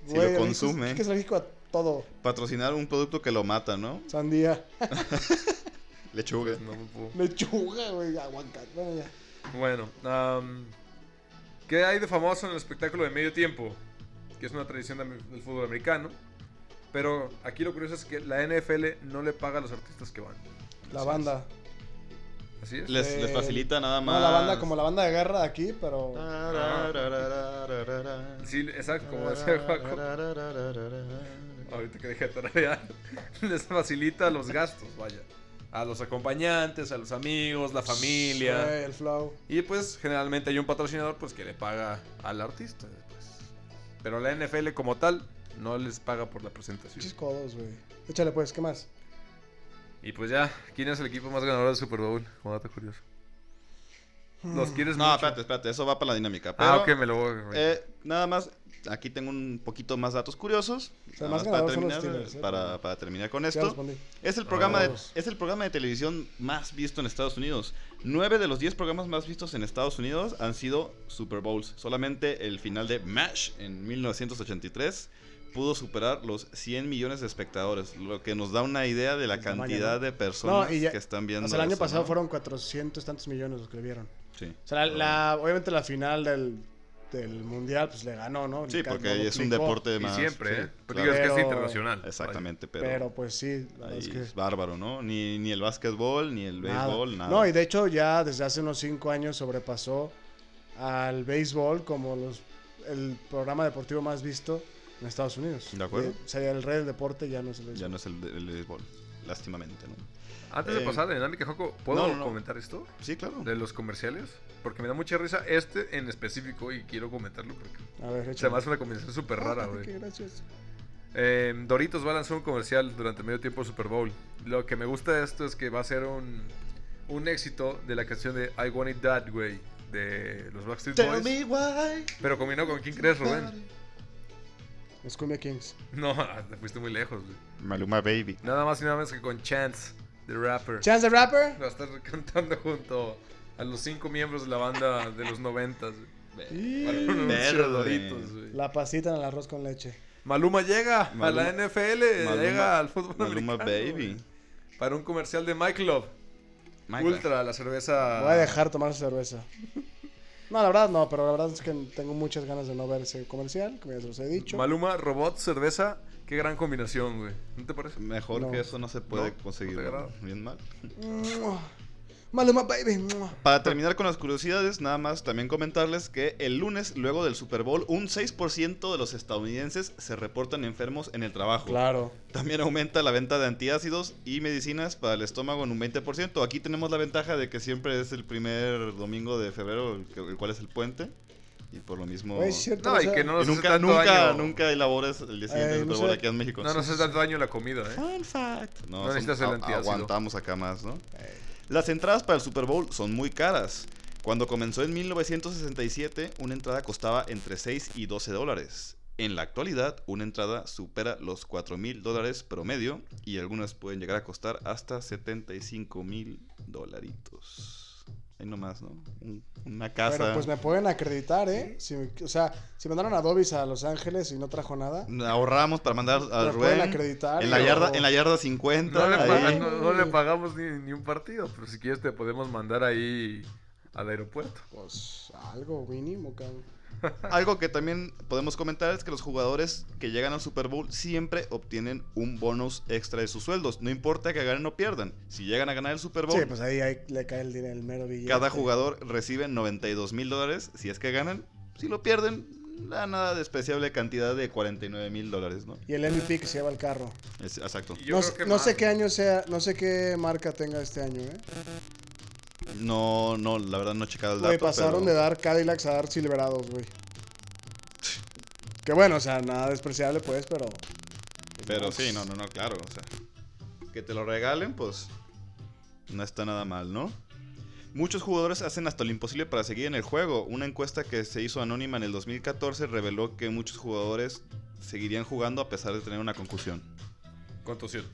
Speaker 3: Güey,
Speaker 1: lo
Speaker 3: Alex,
Speaker 1: consume.
Speaker 3: Es que es alérgico a todo.
Speaker 1: Patrocinar un producto que lo mata, ¿no?
Speaker 3: Sandía,
Speaker 1: Lechuga.
Speaker 2: pues No, no puedo.
Speaker 3: lechuga, güey, aguacate. Bueno, ya.
Speaker 2: Bueno, am, ¿qué hay de famoso en el espectáculo de medio tiempo? Que es una tradición de- del fútbol americano. Pero aquí lo curioso es que la NFL no le paga a los artistas que van.
Speaker 3: La banda.
Speaker 2: Así es.
Speaker 1: Les,
Speaker 3: Eh,
Speaker 1: les facilita nada
Speaker 3: No,
Speaker 1: más.
Speaker 3: la banda como la banda de guerra de aquí, pero.
Speaker 1: Tarararararara.
Speaker 2: Sí, exacto, como decía Paco. Ahorita que dejé de tararear, les facilita los gastos, vaya. A los acompañantes, a los amigos, la familia.
Speaker 3: Eh, el flow.
Speaker 2: Y pues generalmente hay un patrocinador pues que le paga al artista. pues. Pero la NFL como tal no les paga por la
Speaker 3: Pinches
Speaker 2: presentación.
Speaker 3: codos, güey. Échale pues, ¿qué más?
Speaker 2: Y pues ya, ¿quién es el equipo más ganador del Super Bowl? Como dato curioso. ¿Los quieres
Speaker 1: Mm. No,
Speaker 2: mucho?
Speaker 1: espérate, espérate, eso va para la dinámica. Pero,
Speaker 2: Ah, ok, me lo voy.
Speaker 1: eh, nada más, aquí tengo un poquito más datos curiosos.
Speaker 3: sea,
Speaker 1: nada
Speaker 3: más
Speaker 1: para
Speaker 3: ganadores son los
Speaker 1: terminar,
Speaker 3: Steelers, ¿eh?
Speaker 1: para, para terminar con
Speaker 3: Ya
Speaker 1: esto.
Speaker 3: respondí.
Speaker 1: Es el, programa de,
Speaker 3: Vamos.
Speaker 1: es el programa de televisión más visto en Estados Unidos. Nueve de los diez programas más vistos en Estados Unidos han sido Super Bowls. Solamente el final de MASH en 1983 pudo superar los 100 millones de espectadores, lo que nos da una idea de la
Speaker 3: Pues El tamaño,
Speaker 1: cantidad
Speaker 3: ¿no?
Speaker 1: de personas
Speaker 3: No, y ya-
Speaker 1: que están viendo.
Speaker 3: O sea, el año
Speaker 1: eso,
Speaker 3: pasado
Speaker 1: ¿no?
Speaker 3: fueron 400 tantos millones los que le vieron.
Speaker 1: Sí.
Speaker 3: O sea, la, la- obviamente la final del, del mundial, pues le ganó, ¿no?
Speaker 1: Sí,
Speaker 3: Le ca-
Speaker 1: porque
Speaker 3: lo
Speaker 1: es un
Speaker 3: duplicó.
Speaker 1: deporte
Speaker 2: Y
Speaker 1: más.
Speaker 2: siempre,
Speaker 1: sí,
Speaker 2: ¿eh? Pero
Speaker 1: claro.
Speaker 2: digo, es que es
Speaker 3: Pero-
Speaker 2: internacional. vaya.
Speaker 1: Exactamente, pero,
Speaker 3: Pero, pues sí, la verdad
Speaker 1: ahí
Speaker 3: es que.
Speaker 1: es bárbaro, ¿no? Ni, ni el básquetbol, ni el
Speaker 3: nada.
Speaker 1: béisbol, nada.
Speaker 3: No, y de hecho ya desde hace unos 5 años sobrepasó al béisbol como los, el programa deportivo más visto en Estados Unidos.
Speaker 1: De acuerdo.
Speaker 3: Eh, o sea, el rey del deporte ya no es el béisbol.
Speaker 1: Ya no es el, el béisbol, lástimamente, ¿no?
Speaker 2: Antes de
Speaker 1: Eh,
Speaker 2: pasar a la dinámica, Joco, ¿puedo
Speaker 1: no, no, no.
Speaker 2: comentar esto?
Speaker 1: Sí, claro.
Speaker 2: De los comerciales. Porque me da mucha risa este en específico y quiero comentarlo porque
Speaker 3: A ver,
Speaker 2: se
Speaker 3: échale. Ah,
Speaker 2: me hace una combinación súper
Speaker 1: Ah,
Speaker 2: rara, güey.
Speaker 3: Qué gracioso.
Speaker 2: Eh, Doritos va a lanzar un comercial durante medio tiempo del Super Bowl. Lo que me gusta de esto es que va a ser un, un éxito de la canción de I Want It That Way de los Backstreet Boys.
Speaker 1: why.
Speaker 2: Pero combinó con quién crees, Rubén.
Speaker 3: Los Cumbia Kings.
Speaker 2: No, te fuiste muy lejos, güey.
Speaker 1: Maluma Baby.
Speaker 2: Nada más y nada menos que con Chance, the rapper.
Speaker 3: Chance the Rapper.
Speaker 2: Va a estar cantando junto a los cinco miembros de la banda de los noventas. güey.
Speaker 3: Y
Speaker 2: Para un anuncio de
Speaker 1: Verde.
Speaker 2: Doritos, güey.
Speaker 3: la pasita en el arroz con leche.
Speaker 2: Maluma llega a
Speaker 1: Maluma-
Speaker 2: la NFL,
Speaker 1: Maluma-
Speaker 2: eh, llega al fútbol
Speaker 1: Maluma
Speaker 2: americano,
Speaker 1: Baby.
Speaker 2: güey. Para un comercial de My Club.
Speaker 1: Minecraft.
Speaker 2: Ultra, la
Speaker 1: Ah.
Speaker 2: cerveza.
Speaker 3: Voy a dejar tomar cerveza. No, la verdad no, pero la verdad es que tengo muchas ganas de no ver ese comercial, como ya se los he dicho.
Speaker 2: Maluma, robot, cerveza. Qué gran combinación, güey. ¿No te parece?
Speaker 1: Mejor
Speaker 3: No.
Speaker 1: que eso no se puede
Speaker 2: No,
Speaker 1: conseguir.
Speaker 2: no te
Speaker 1: ¿no?
Speaker 2: agrada.
Speaker 1: Bien mal.
Speaker 3: Mua. Maluma baby. mua.
Speaker 1: Para terminar con las curiosidades, nada más también comentarles que el lunes, luego del Super Bowl, un 6% de los estadounidenses se reportan enfermos en el trabajo.
Speaker 3: Claro.
Speaker 1: También aumenta la venta de antiácidos y medicinas para el estómago en un 20%. Aquí tenemos la ventaja de que siempre es el primer domingo de febrero, el que- el cual es el puente. Y por lo mismo...
Speaker 3: Oye, es cierto,
Speaker 2: No,
Speaker 3: o
Speaker 2: y
Speaker 3: sea,
Speaker 2: que no
Speaker 1: y
Speaker 2: nos hace
Speaker 1: nunca,
Speaker 2: tanto
Speaker 1: nunca,
Speaker 2: daño.
Speaker 1: nunca elabores el día siguiente
Speaker 3: Ay,
Speaker 1: del
Speaker 3: no
Speaker 1: Super Bowl
Speaker 3: sé.
Speaker 1: aquí en México.
Speaker 2: No nos hace tanto daño la comida, ¿eh?
Speaker 1: Fun fact. No,
Speaker 2: No
Speaker 1: son-
Speaker 2: necesitas el
Speaker 1: a-
Speaker 2: antiácido.
Speaker 1: Aguantamos acá más, ¿no? Las entradas para el Super Bowl son muy caras. Cuando comenzó en 1967, una entrada costaba entre 6 y 12 dólares. En la actualidad, una entrada supera los 4 mil dólares promedio y algunas pueden llegar a costar hasta 75 mil dolaritos. Ahí nomás, ¿no? Un- una casa.
Speaker 3: Bueno, pues me pueden acreditar, ¿eh? Si me- o sea, si mandaron a Dobis a Los Ángeles y no trajo nada,
Speaker 1: Ahorramos para mandar a
Speaker 3: Me pueden
Speaker 1: Rubén
Speaker 3: acreditar,
Speaker 1: Mm, en la,
Speaker 3: pero-
Speaker 1: yarda, en la yarda
Speaker 2: No
Speaker 1: 50.
Speaker 2: le,
Speaker 1: ahí.
Speaker 2: paga- no- no le pagamos ni, ni un partido, pero si quieres te podemos mandar ahí al aeropuerto.
Speaker 3: pues algo mínimo, cabrón.
Speaker 1: Algo que también podemos comentar es que los jugadores que llegan al Super Bowl siempre obtienen un bonus extra de sus sueldos. No importa que ganen o pierdan. Si llegan a ganar el Super Bowl,
Speaker 3: Sí, pues ahí, ahí le cae el dinero, el mero billete.
Speaker 1: cada jugador recibe 92 mil dólares si es que ganan. Si lo pierden, la nada despreciable cantidad de 49 mil dólares, ¿no?
Speaker 3: Y el MVP que se lleva el carro.
Speaker 1: Es- exacto.
Speaker 2: Y yo
Speaker 3: No,
Speaker 2: creo
Speaker 3: sé-
Speaker 2: que
Speaker 3: no sé
Speaker 2: más.
Speaker 3: qué año sea, no sé qué marca tenga este año, ¿eh?
Speaker 1: No, no, la verdad no he checado el dato.
Speaker 3: Güey, pasaron
Speaker 1: pero-
Speaker 3: de dar Cadillacs a dar Silverados, güey. Que bueno, o sea, nada despreciable, pues, pero.
Speaker 2: pues,
Speaker 1: Pero sí, no, no, no, claro. O sea, que te lo regalen, pues no está nada mal, ¿no? Muchos jugadores hacen hasta lo imposible para seguir en el juego. Una encuesta que se hizo anónima en el 2014 reveló que muchos jugadores seguirían jugando a pesar de tener una concusión.
Speaker 2: Contusión.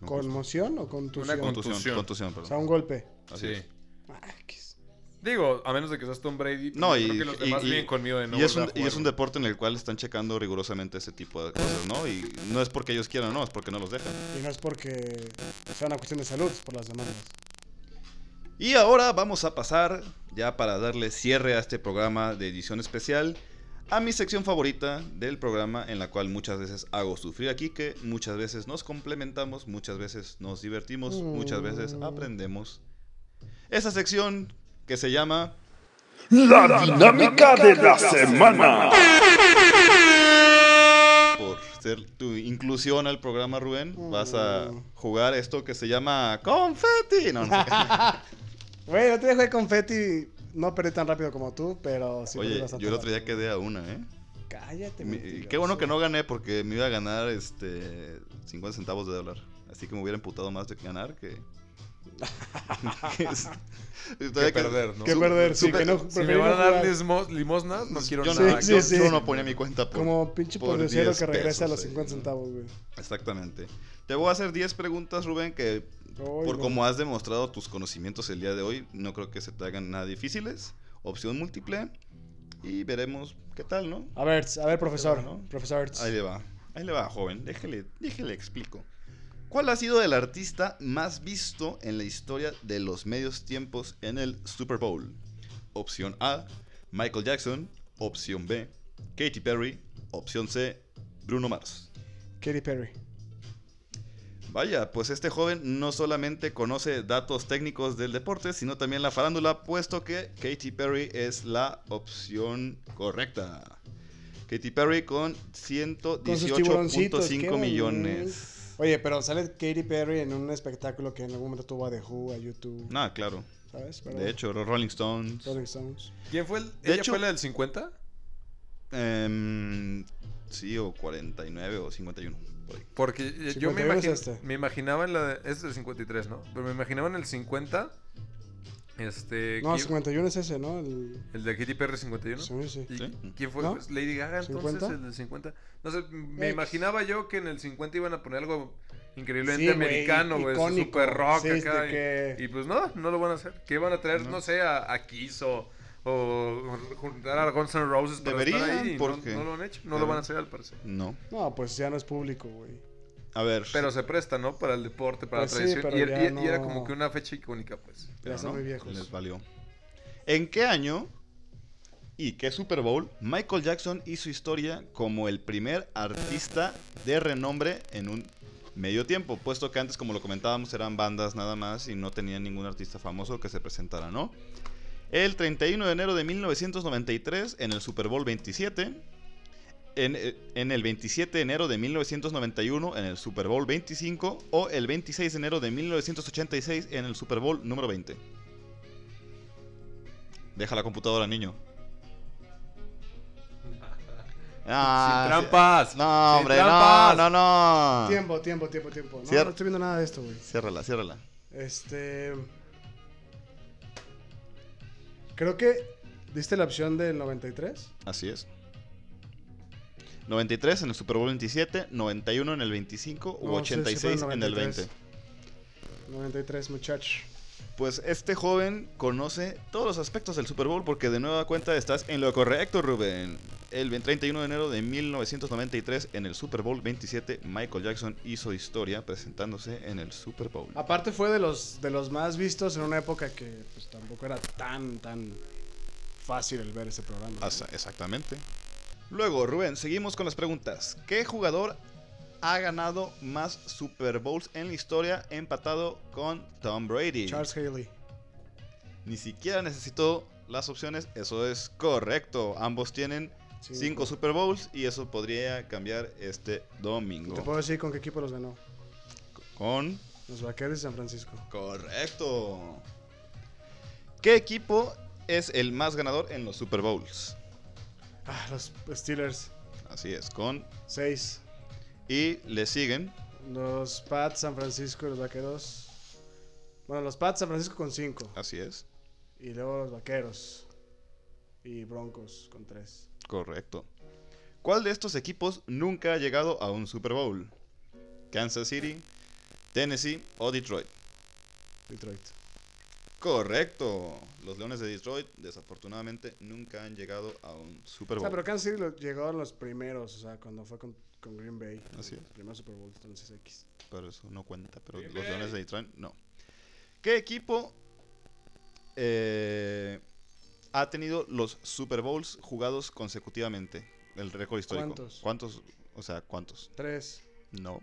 Speaker 1: pues,
Speaker 3: ¿Conmoción o contusión?
Speaker 2: Una
Speaker 1: Contusión,
Speaker 2: Contusión.
Speaker 1: contusión,
Speaker 3: O
Speaker 1: perdón.
Speaker 3: sea, un golpe.
Speaker 1: Así es.
Speaker 3: Ah, qué es-
Speaker 2: Digo, a menos de que seas Tom Brady.
Speaker 1: No, y,
Speaker 2: yo creo que los
Speaker 1: y-
Speaker 2: demás
Speaker 1: y-
Speaker 2: vienen conmigo de no
Speaker 1: y es un,
Speaker 2: volver a
Speaker 1: y es un
Speaker 2: jugar.
Speaker 1: deporte en el cual están checando rigurosamente ese tipo de cosas, ¿no? Y no es porque ellos quieran, no, es porque no los dejan.
Speaker 3: Y no es porque sea una cuestión de salud, es por las demandas.
Speaker 1: Y ahora vamos a pasar, ya para darle cierre a este programa de edición especial, a mi sección favorita del programa en la cual muchas veces hago sufrir a Kike, muchas veces nos complementamos, muchas veces nos divertimos, muchas veces
Speaker 3: Mm.
Speaker 1: aprendemos. Esa sección que se llama...
Speaker 4: La dinámica de la semana.
Speaker 1: por ser tu inclusión al programa, Rubén, vas a
Speaker 3: Mm.
Speaker 1: jugar esto que se llama confeti. No, no sé.
Speaker 3: Güey, yo te dejé confeti. No perdí tan rápido como tú, pero sí perdí
Speaker 1: Oye,
Speaker 3: bastante
Speaker 1: yo el otro
Speaker 3: rápido.
Speaker 1: día quedé a una, ¿eh?
Speaker 3: Cállate,
Speaker 1: Mi-
Speaker 3: mentiroso.
Speaker 1: qué bueno que no gané porque me iba a ganar este 50 centavos de dólar. Así que me hubiera emputado más de ganar que... que es- todavía
Speaker 2: perder, ¿no?
Speaker 3: Que
Speaker 1: Su-
Speaker 3: perder, sí,
Speaker 1: supe-
Speaker 3: que no.
Speaker 2: Si me
Speaker 3: preferí
Speaker 2: van
Speaker 3: no
Speaker 2: a dar
Speaker 3: jugar.
Speaker 2: lismo- limosnas, no quiero
Speaker 1: Yo,
Speaker 3: Sí,
Speaker 1: no,
Speaker 2: nada.
Speaker 3: sí,
Speaker 1: yo-
Speaker 3: sí.
Speaker 1: yo no ponía mi cuenta por...
Speaker 3: Como pinche
Speaker 1: por
Speaker 3: pornociero
Speaker 1: 10
Speaker 3: que regresa a los
Speaker 1: pesos, eh.
Speaker 3: 50
Speaker 1: sí, ¿no?
Speaker 3: centavos, güey.
Speaker 1: Exactamente. Te voy a hacer 10 preguntas, Rubén, que
Speaker 3: Ay,
Speaker 1: Por
Speaker 3: no.
Speaker 1: como has demostrado tus conocimientos el día de hoy, no creo que se te hagan nada difíciles. Opción múltiple. Y veremos qué tal, ¿no?
Speaker 3: A ver, a ver, profesor.
Speaker 1: Ahí va, ¿no?
Speaker 3: Profesor.
Speaker 1: Ahí le va. Ahí le va, joven. Déjele, déjele explico. ¿Cuál ha sido el artista más visto en la historia de los medios tiempos en el Super Bowl? Opción A, Michael Jackson. Opción B, Katy Perry. Opción C, Bruno Mars.
Speaker 3: Katy Perry.
Speaker 1: Vaya, pues este joven no solamente conoce datos técnicos del deporte, sino también la farándula, puesto que Katy Perry es la opción correcta. Katy Perry con
Speaker 3: Con sus tiburoncitos, qué
Speaker 1: 118.5
Speaker 3: bonito.
Speaker 1: millones.
Speaker 3: Oye, pero sale Katy Perry en un espectáculo que en algún momento tuvo a The Who, a YouTube,
Speaker 1: Nada, Ah, claro.
Speaker 3: ¿sabes? Pero-
Speaker 1: De hecho, los Rolling Stones.
Speaker 3: Rolling Stones.
Speaker 2: ¿Quién fue el,
Speaker 1: De
Speaker 2: ¿Ella
Speaker 1: hecho-
Speaker 2: fue la del 50?
Speaker 1: em, sí, o 49 o 51. por ahí.
Speaker 2: Porque eh, yo
Speaker 3: 51
Speaker 2: me,
Speaker 3: es
Speaker 2: imagin-
Speaker 3: este.
Speaker 2: me imaginaba en la de, es del 53, ¿no? Pero me imaginaba en el 50 este
Speaker 3: No,
Speaker 2: ¿quién-
Speaker 3: 51 es ese, ¿no? El...
Speaker 2: el de Katy Perry 51.
Speaker 3: Sí, sí.
Speaker 2: ¿Y
Speaker 1: Sí.
Speaker 2: quién fue?
Speaker 3: ¿No?
Speaker 2: Pues, Lady Gaga entonces
Speaker 3: 50?
Speaker 2: el del 50. No sé, me
Speaker 3: Ex.
Speaker 2: imaginaba yo que en el 50 iban a poner algo increíblemente
Speaker 3: Sí, güey,
Speaker 2: americano, güey, así
Speaker 3: icónico.
Speaker 2: super rock
Speaker 3: Sí, de
Speaker 2: acá. y-
Speaker 3: que-
Speaker 2: Y pues no, no lo van a hacer. Que iban a traer, no, sé, a, a Kiss o, o juntar a Guns N' Roses para estar
Speaker 1: Deberían,
Speaker 2: ahí. y no-
Speaker 1: porque-
Speaker 2: no, lo han hecho, no lo van a hacer al parecer.
Speaker 1: No.
Speaker 3: No, pues ya no es público, güey.
Speaker 1: A ver.
Speaker 2: Pero se presta, ¿no? Para el deporte, para
Speaker 3: Pues
Speaker 2: la
Speaker 3: sí,
Speaker 2: tradición.
Speaker 3: pero
Speaker 2: y, era-
Speaker 3: ya
Speaker 2: y- y era
Speaker 3: no.
Speaker 2: como que una fecha icónica, pues.
Speaker 1: pero
Speaker 3: Ya son
Speaker 1: no,
Speaker 3: muy viejos.
Speaker 1: Les valió. ¿En qué año y qué Super Bowl Michael Jackson hizo historia como el primer artista de renombre en un medio tiempo? Puesto que antes, como lo comentábamos, eran bandas nada más y no tenían ningún artista famoso que se presentara, ¿no? El 31 de enero de 1993, en el Super Bowl 27. En, eh, en el 27 de enero de 1991, en el Super Bowl 25. O el 26 de enero de 1986, en el Super Bowl número 20. Deja la computadora, niño. Ah, sí.
Speaker 2: trampas.
Speaker 1: No,
Speaker 2: sin
Speaker 1: hombre, no,
Speaker 2: trampas.
Speaker 1: no, no.
Speaker 3: Tiempo, tiempo, tiempo, tiempo. No,
Speaker 1: Cierra.
Speaker 3: no estoy viendo nada de esto, güey.
Speaker 1: Ciérrala, ciérrala.
Speaker 3: Este. Creo que. ¿Diste la opción del 93?
Speaker 1: Así es. 93 en el Super Bowl 27, 91 en el 25 u
Speaker 3: No, sí, sí fue
Speaker 1: 86 en el
Speaker 3: 93.
Speaker 1: 20.
Speaker 3: 93, muchacho.
Speaker 1: Pues este joven conoce todos los aspectos del Super Bowl porque de nueva cuenta estás en lo correcto, Rubén. El 31 de enero de 1993 en el Super Bowl 27, Michael Jackson hizo historia presentándose en el Super Bowl.
Speaker 3: Aparte fue de los, de los más vistos en una época que pues tampoco era tan, tan fácil el ver ese programa. ¿no?
Speaker 1: Asa- exactamente. Luego, Rubén, seguimos con las preguntas. ¿Qué jugador ha ganado más Super Bowls en la historia empatado con Tom Brady?
Speaker 3: Charles Haley.
Speaker 1: Ni siquiera necesitó las opciones, eso es correcto. Ambos tienen
Speaker 3: Sí. pues.
Speaker 1: 5 Super Bowls y eso podría cambiar este domingo.
Speaker 3: Te puedo decir con qué equipo los ganó.
Speaker 1: Con
Speaker 3: Los Vaqueros de San Francisco.
Speaker 1: correcto. ¿Qué equipo es el más ganador en los Super Bowls?
Speaker 3: Ah, los Steelers.
Speaker 1: Así es, con
Speaker 3: 6.
Speaker 1: y le siguen
Speaker 3: Los Pats, San Francisco y los Vaqueros. Bueno, los Pats, San Francisco con 5.
Speaker 1: Así es,
Speaker 3: Y luego los Vaqueros. Y Broncos con 3.
Speaker 1: correcto. ¿Cuál de estos equipos nunca ha llegado a un Super Bowl? Kansas City, Tennessee o Detroit.
Speaker 3: Detroit.
Speaker 1: Correcto. Los Leones de Detroit, desafortunadamente, nunca han llegado a un Super Bowl.
Speaker 3: O sea, Ah, pero Kansas City lo- llegó a los primeros, o sea, cuando fue con, con Green Bay.
Speaker 1: Así es.
Speaker 3: Los primeros Super Bowl, entonces X.
Speaker 1: pero eso no cuenta. Pero
Speaker 2: Green
Speaker 1: los
Speaker 2: Bay.
Speaker 1: Leones de Detroit, no. ¿Qué equipo eh, ha tenido los Super Bowls jugados consecutivamente? El récord histórico.
Speaker 3: ¿Cuántos?
Speaker 1: ¿Cuántos? O sea, ¿cuántos?
Speaker 3: Tres.
Speaker 1: No.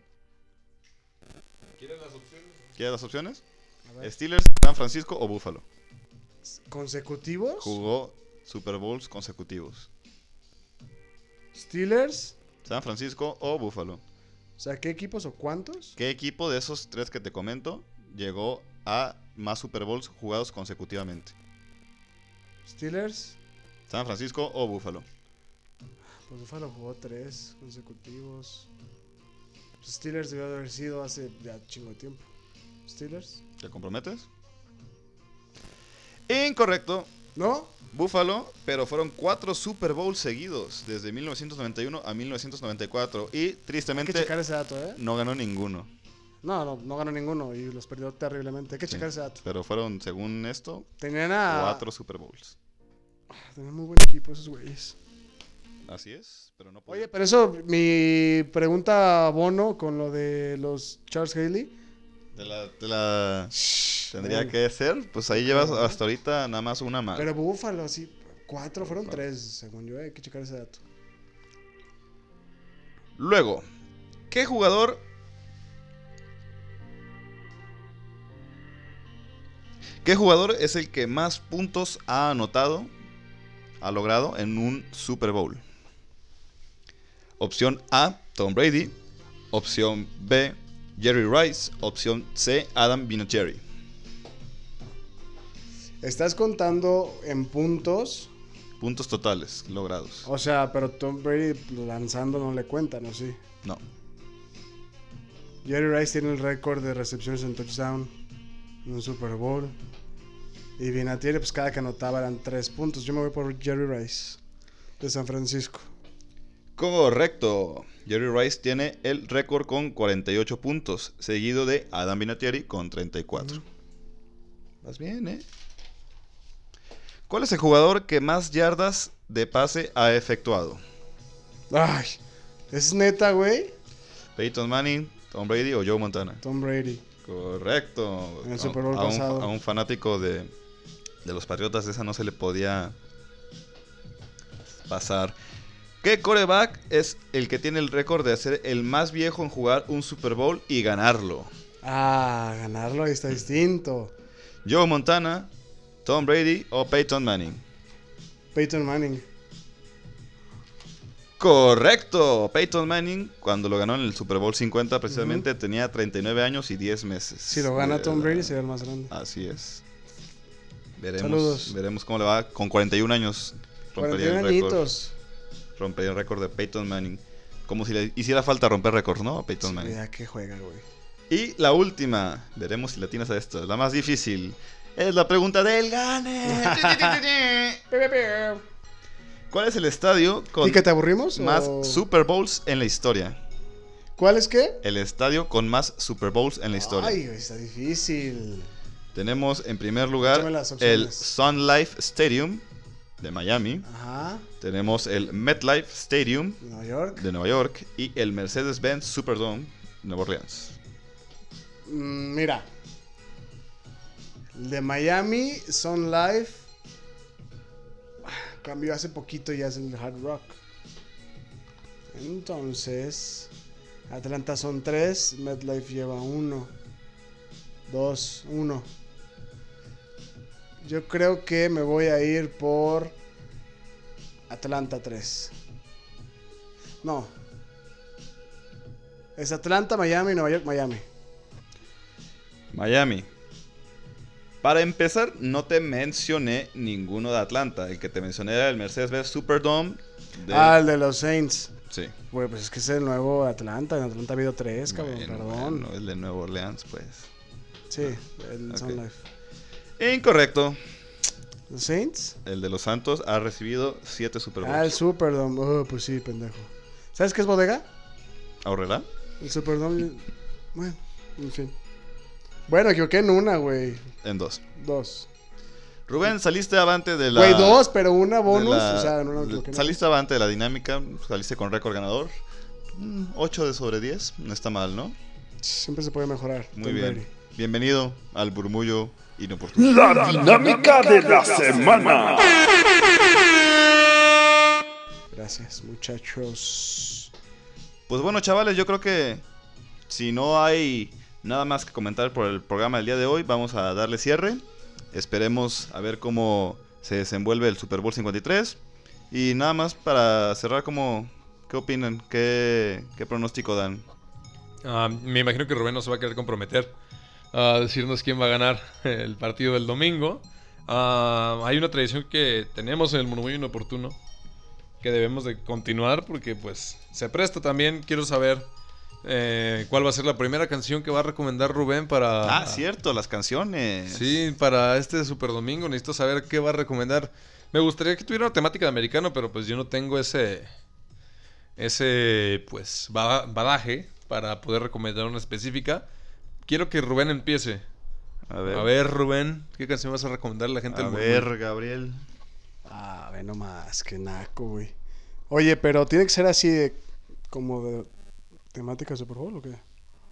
Speaker 2: ¿Quieres las opciones?
Speaker 1: ¿Quieres las opciones?
Speaker 3: A ver.
Speaker 1: Steelers, San Francisco o Buffalo.
Speaker 3: ¿Consecutivos?
Speaker 1: Jugó Super Bowls consecutivos.
Speaker 3: Steelers.
Speaker 1: San Francisco o Buffalo.
Speaker 3: O sea, ¿qué equipos o cuántos?
Speaker 1: ¿Qué equipo de esos tres que te comento llegó a más Super Bowls jugados consecutivamente?
Speaker 3: Steelers.
Speaker 1: ¿San Francisco o Buffalo?
Speaker 3: Pues Buffalo jugó tres consecutivos. Pues Steelers debió de haber sido hace ya chingo de tiempo. Steelers.
Speaker 1: ¿Te comprometes? Incorrecto.
Speaker 3: ¿No?
Speaker 1: Buffalo, pero fueron cuatro Super Bowls seguidos desde 1991 a 1994 y
Speaker 3: Hay que
Speaker 1: tristemente
Speaker 3: checar ese dato, ¿eh?
Speaker 1: no ganó ninguno.
Speaker 3: No, no, no ganó ninguno y los perdió terriblemente. Hay que
Speaker 1: Sí.
Speaker 3: checar ese dato.
Speaker 1: Pero fueron, según esto,
Speaker 3: Tenían a.
Speaker 1: cuatro Super Bowls.
Speaker 3: Tenían muy buen equipo esos güeyes.
Speaker 1: Así es, pero no
Speaker 3: Oye,
Speaker 1: podía.
Speaker 3: pero eso, mi pregunta a Bono con lo de los Charles Haley.
Speaker 1: Te la, te la- tendría
Speaker 3: bueno.
Speaker 1: que ser. Pues ahí llevas hasta ahorita nada más una más.
Speaker 3: Pero Búfalo, sí. Cuatro, fueron
Speaker 1: Búfalo.
Speaker 3: tres, según yo. eh, Hay que checar ese dato.
Speaker 1: Luego, ¿qué jugador? ¿Qué jugador es el que más puntos ha anotado, ha logrado en un Super Bowl? Opción A, Tom Brady. Opción B, Jerry Rice. Opción C, Adam Vinatieri.
Speaker 3: Estás contando en puntos.
Speaker 1: Puntos totales logrados.
Speaker 3: O sea, pero Tom Brady lanzando no le cuentan, ¿o sí?
Speaker 1: No.
Speaker 3: Jerry Rice tiene el récord de recepciones en touchdown en un Super Bowl. Y Vinatieri, pues cada que anotaba eran tres puntos. Yo me voy por Jerry Rice de San Francisco.
Speaker 1: Correcto. Jerry Rice tiene el récord con 48 puntos, seguido de Adam Vinatieri con 34. Más bien, ¿eh? ¿Cuál es el jugador que más yardas de pase ha efectuado?
Speaker 3: Ay, es neta, güey.
Speaker 1: ¿Peyton Manning, Tom Brady o Joe Montana?
Speaker 3: Tom Brady.
Speaker 1: Correcto.
Speaker 3: En el
Speaker 1: A-
Speaker 3: Super Bowl
Speaker 1: a, un,
Speaker 3: pasado.
Speaker 1: a un fanático de, de los Patriotas esa no se le podía pasar. ¿Qué coreback es el que tiene el récord de ser el más viejo en jugar un Super Bowl y ganarlo?
Speaker 3: Ah, ganarlo ahí está
Speaker 1: Mm.
Speaker 3: distinto.
Speaker 1: Joe Montana, Tom Brady o Peyton Manning.
Speaker 3: Peyton Manning.
Speaker 1: Correcto, Peyton Manning cuando lo ganó en el Super Bowl 50 precisamente tenía 39 años y 10 meses.
Speaker 3: Si lo gana
Speaker 1: de
Speaker 3: Tom Brady
Speaker 1: edad.
Speaker 3: sería el más grande.
Speaker 1: Así es. Veremos,
Speaker 3: Saludos.
Speaker 1: veremos cómo le va. Con 41 años rompería
Speaker 3: 41
Speaker 1: el récord.
Speaker 3: añitos.
Speaker 1: Rompería el récord de Peyton Manning. Como si le hiciera falta romper récords, ¿no? A Peyton
Speaker 3: Sí,
Speaker 1: Manning.
Speaker 3: ya que juega, güey.
Speaker 1: Y la última, veremos si la tienes a esta, la más difícil. Es la pregunta del gane. ¿Cuál es el estadio con
Speaker 3: ¿Y que te aburrimos?
Speaker 1: más
Speaker 3: o-
Speaker 1: Super Bowls en la historia?
Speaker 3: ¿Cuál es qué?
Speaker 1: El estadio con más Super Bowls en la historia.
Speaker 3: Ay, güey, está difícil.
Speaker 1: Tenemos en primer lugar
Speaker 3: Échame las opciones. Ah.
Speaker 1: el Sun Life Stadium de Miami.
Speaker 3: Ajá.
Speaker 1: Tenemos el MetLife Stadium
Speaker 3: Nueva York.
Speaker 1: de Nueva York y el Mercedes-Benz Superdome de Nueva Orleans.
Speaker 3: Mm, Mira. El de Miami, Sun Life. Ah, Cambió hace poquito y es el Hard Rock. Entonces. Atlanta son tres. MetLife lleva uno. Dos, uno. Yo creo que me voy a ir por. Atlanta 3. No. Es Atlanta, Miami, Nueva York, Miami.
Speaker 1: Miami. Para empezar, no te mencioné ninguno de Atlanta. El que te mencioné era el Mercedes-Benz Superdome. de-
Speaker 3: Ah, el de los Saints.
Speaker 1: sí.
Speaker 3: Güey, pues es que es el nuevo Atlanta. En Atlanta ha habido tres, cabrón,
Speaker 1: Bueno,
Speaker 3: perdón.
Speaker 1: bueno, el de Nueva Orleans, pues.
Speaker 3: Sí, el Sun
Speaker 1: Ok.
Speaker 3: Life.
Speaker 1: Incorrecto.
Speaker 3: ¿Los Saints?
Speaker 1: El de los Santos ha recibido 7 Super
Speaker 3: ah, el
Speaker 1: Bowls.
Speaker 3: Superdome. Oh, pues sí, pendejo. ¿Sabes qué es bodega?
Speaker 1: ¿Ahorrará?
Speaker 3: El Superdome. Bueno, en fin. Bueno, equivoqué en una, güey.
Speaker 1: En dos.
Speaker 3: Dos.
Speaker 1: Rubén, saliste avante de la.
Speaker 3: Güey, dos, pero una
Speaker 1: de
Speaker 3: bonus.
Speaker 1: la-
Speaker 3: o sea, en una me equivoqué. en una.
Speaker 1: saliste avante de la dinámica, saliste con récord ganador. 8 de sobre 10, no está mal, ¿no?
Speaker 3: Siempre se puede mejorar.
Speaker 1: Muy
Speaker 3: Tom
Speaker 1: bien.
Speaker 3: Brady.
Speaker 1: Bienvenido al murmullo inoportuno.
Speaker 4: La dinámica de la semana.
Speaker 3: Gracias, muchachos.
Speaker 1: Pues bueno, chavales, yo creo que si no hay nada más que comentar por el programa del día de hoy, vamos a darle cierre. Esperemos a ver cómo se desenvuelve el Super Bowl 53. Y nada más para cerrar, como, ¿qué opinan? ¿Qué, qué pronóstico dan?
Speaker 2: Ah, me imagino que Rubén no se va a querer comprometer a decirnos quién va a ganar el partido del domingo. Ah, hay una tradición que tenemos en el murmullo inoportuno que debemos de continuar porque pues se presta también. Quiero saber eh, cuál va a ser la primera canción que va a recomendar Rubén para...
Speaker 1: Ah, cierto, las canciones.
Speaker 2: Sí, para este super domingo necesito saber qué va a recomendar. Me gustaría que tuviera una temática de americano, pero pues yo no tengo ese ese pues ba- badaje para poder recomendar una específica. Quiero que Rubén empiece.
Speaker 1: A
Speaker 2: A
Speaker 1: ver,
Speaker 2: ver, Rubén, ¿qué canción vas a recomendar a la gente?
Speaker 1: a
Speaker 2: del
Speaker 1: ver, Gabriel.
Speaker 3: Ah, ve nomás, qué naco, güey. Oye, pero tiene que ser así de. como de. temática Super Bowl o qué?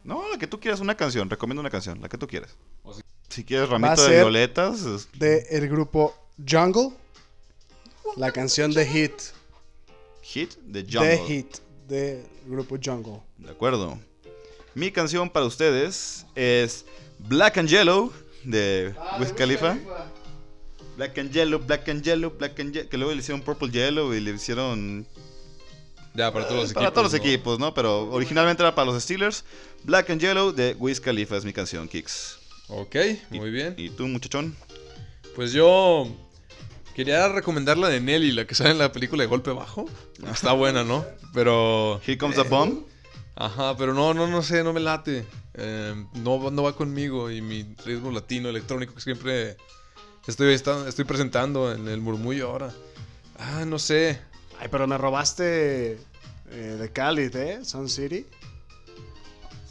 Speaker 1: No, la que tú quieras, una canción. Recomiendo una canción, la que tú quieras.
Speaker 2: O si-
Speaker 1: Si quieres
Speaker 3: Va a
Speaker 1: ramito de
Speaker 3: ser-
Speaker 1: violetas, es-
Speaker 3: De el grupo Jungle. La canción de Hit.
Speaker 1: hit de
Speaker 3: De
Speaker 1: Jungle.
Speaker 3: Hit. Del grupo Jungle.
Speaker 1: De acuerdo. Mi canción para ustedes es Black and Yellow de Wiz Khalifa. Black and Yellow, Black and Yellow, Black and Yellow. Que luego le hicieron Purple Yellow y le hicieron.
Speaker 2: Ya, para todos los
Speaker 1: para
Speaker 2: equipos.
Speaker 1: todos los
Speaker 2: ¿no?
Speaker 1: equipos, ¿no? Pero originalmente era para los Steelers. Black and Yellow de Wiz Khalifa es mi canción, Kicks.
Speaker 2: Ok, muy bien.
Speaker 1: ¿Y tú, muchachón?
Speaker 2: Pues yo quería recomendar la de Nelly, la que sale en la película de Golpe Bajo. Está buena, ¿no? Pero
Speaker 1: Here comes the bomb.
Speaker 2: Ajá, pero no, no, no sé, no me late. Eh, no, va- no va conmigo y mi ritmo latino, electrónico que siempre estoy, esta- estoy presentando en el murmullo ahora. Ah, no sé.
Speaker 3: Ay, pero me robaste. eh, de Cali, ¿eh? Sun City.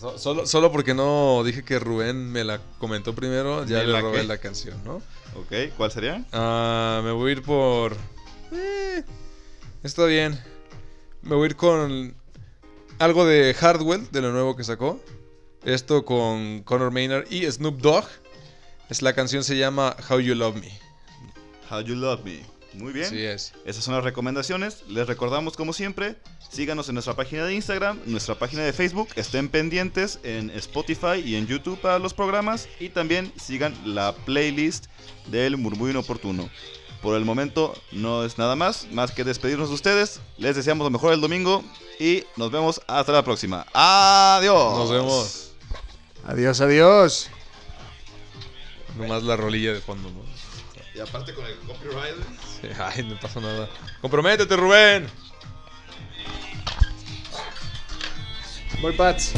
Speaker 2: So- solo, solo porque no dije que Rubén me la comentó primero, ya
Speaker 1: ¿Me
Speaker 2: le
Speaker 1: la
Speaker 2: robé
Speaker 1: qué?
Speaker 2: la canción, ¿no?
Speaker 1: Ok, ¿cuál sería?
Speaker 2: Ah, me voy a ir por... eh, está bien. Me voy a ir con algo de Hardwell, de lo nuevo que sacó. Esto con Conor Maynard y Snoop Dogg. Es la canción se llama How You Love Me.
Speaker 1: How You Love Me. Muy bien.
Speaker 2: Así es.
Speaker 1: Esas son las recomendaciones. Les recordamos, como siempre, síganos en nuestra página de Instagram, nuestra página de Facebook. Estén pendientes en Spotify y en YouTube para los programas. Y también sigan la playlist del Murmullo Inoportuno. Por el momento no es nada más, más que despedirnos de ustedes. Les deseamos lo mejor el domingo y nos vemos hasta la próxima. Adiós.
Speaker 2: Nos vemos.
Speaker 3: Adiós, adiós.
Speaker 2: Nomás la rolilla de fondo. ¿no?
Speaker 1: Y aparte con el copyright.
Speaker 2: Sí, Ay, no pasa nada. Comprométete, Rubén.
Speaker 3: Voy, Pats.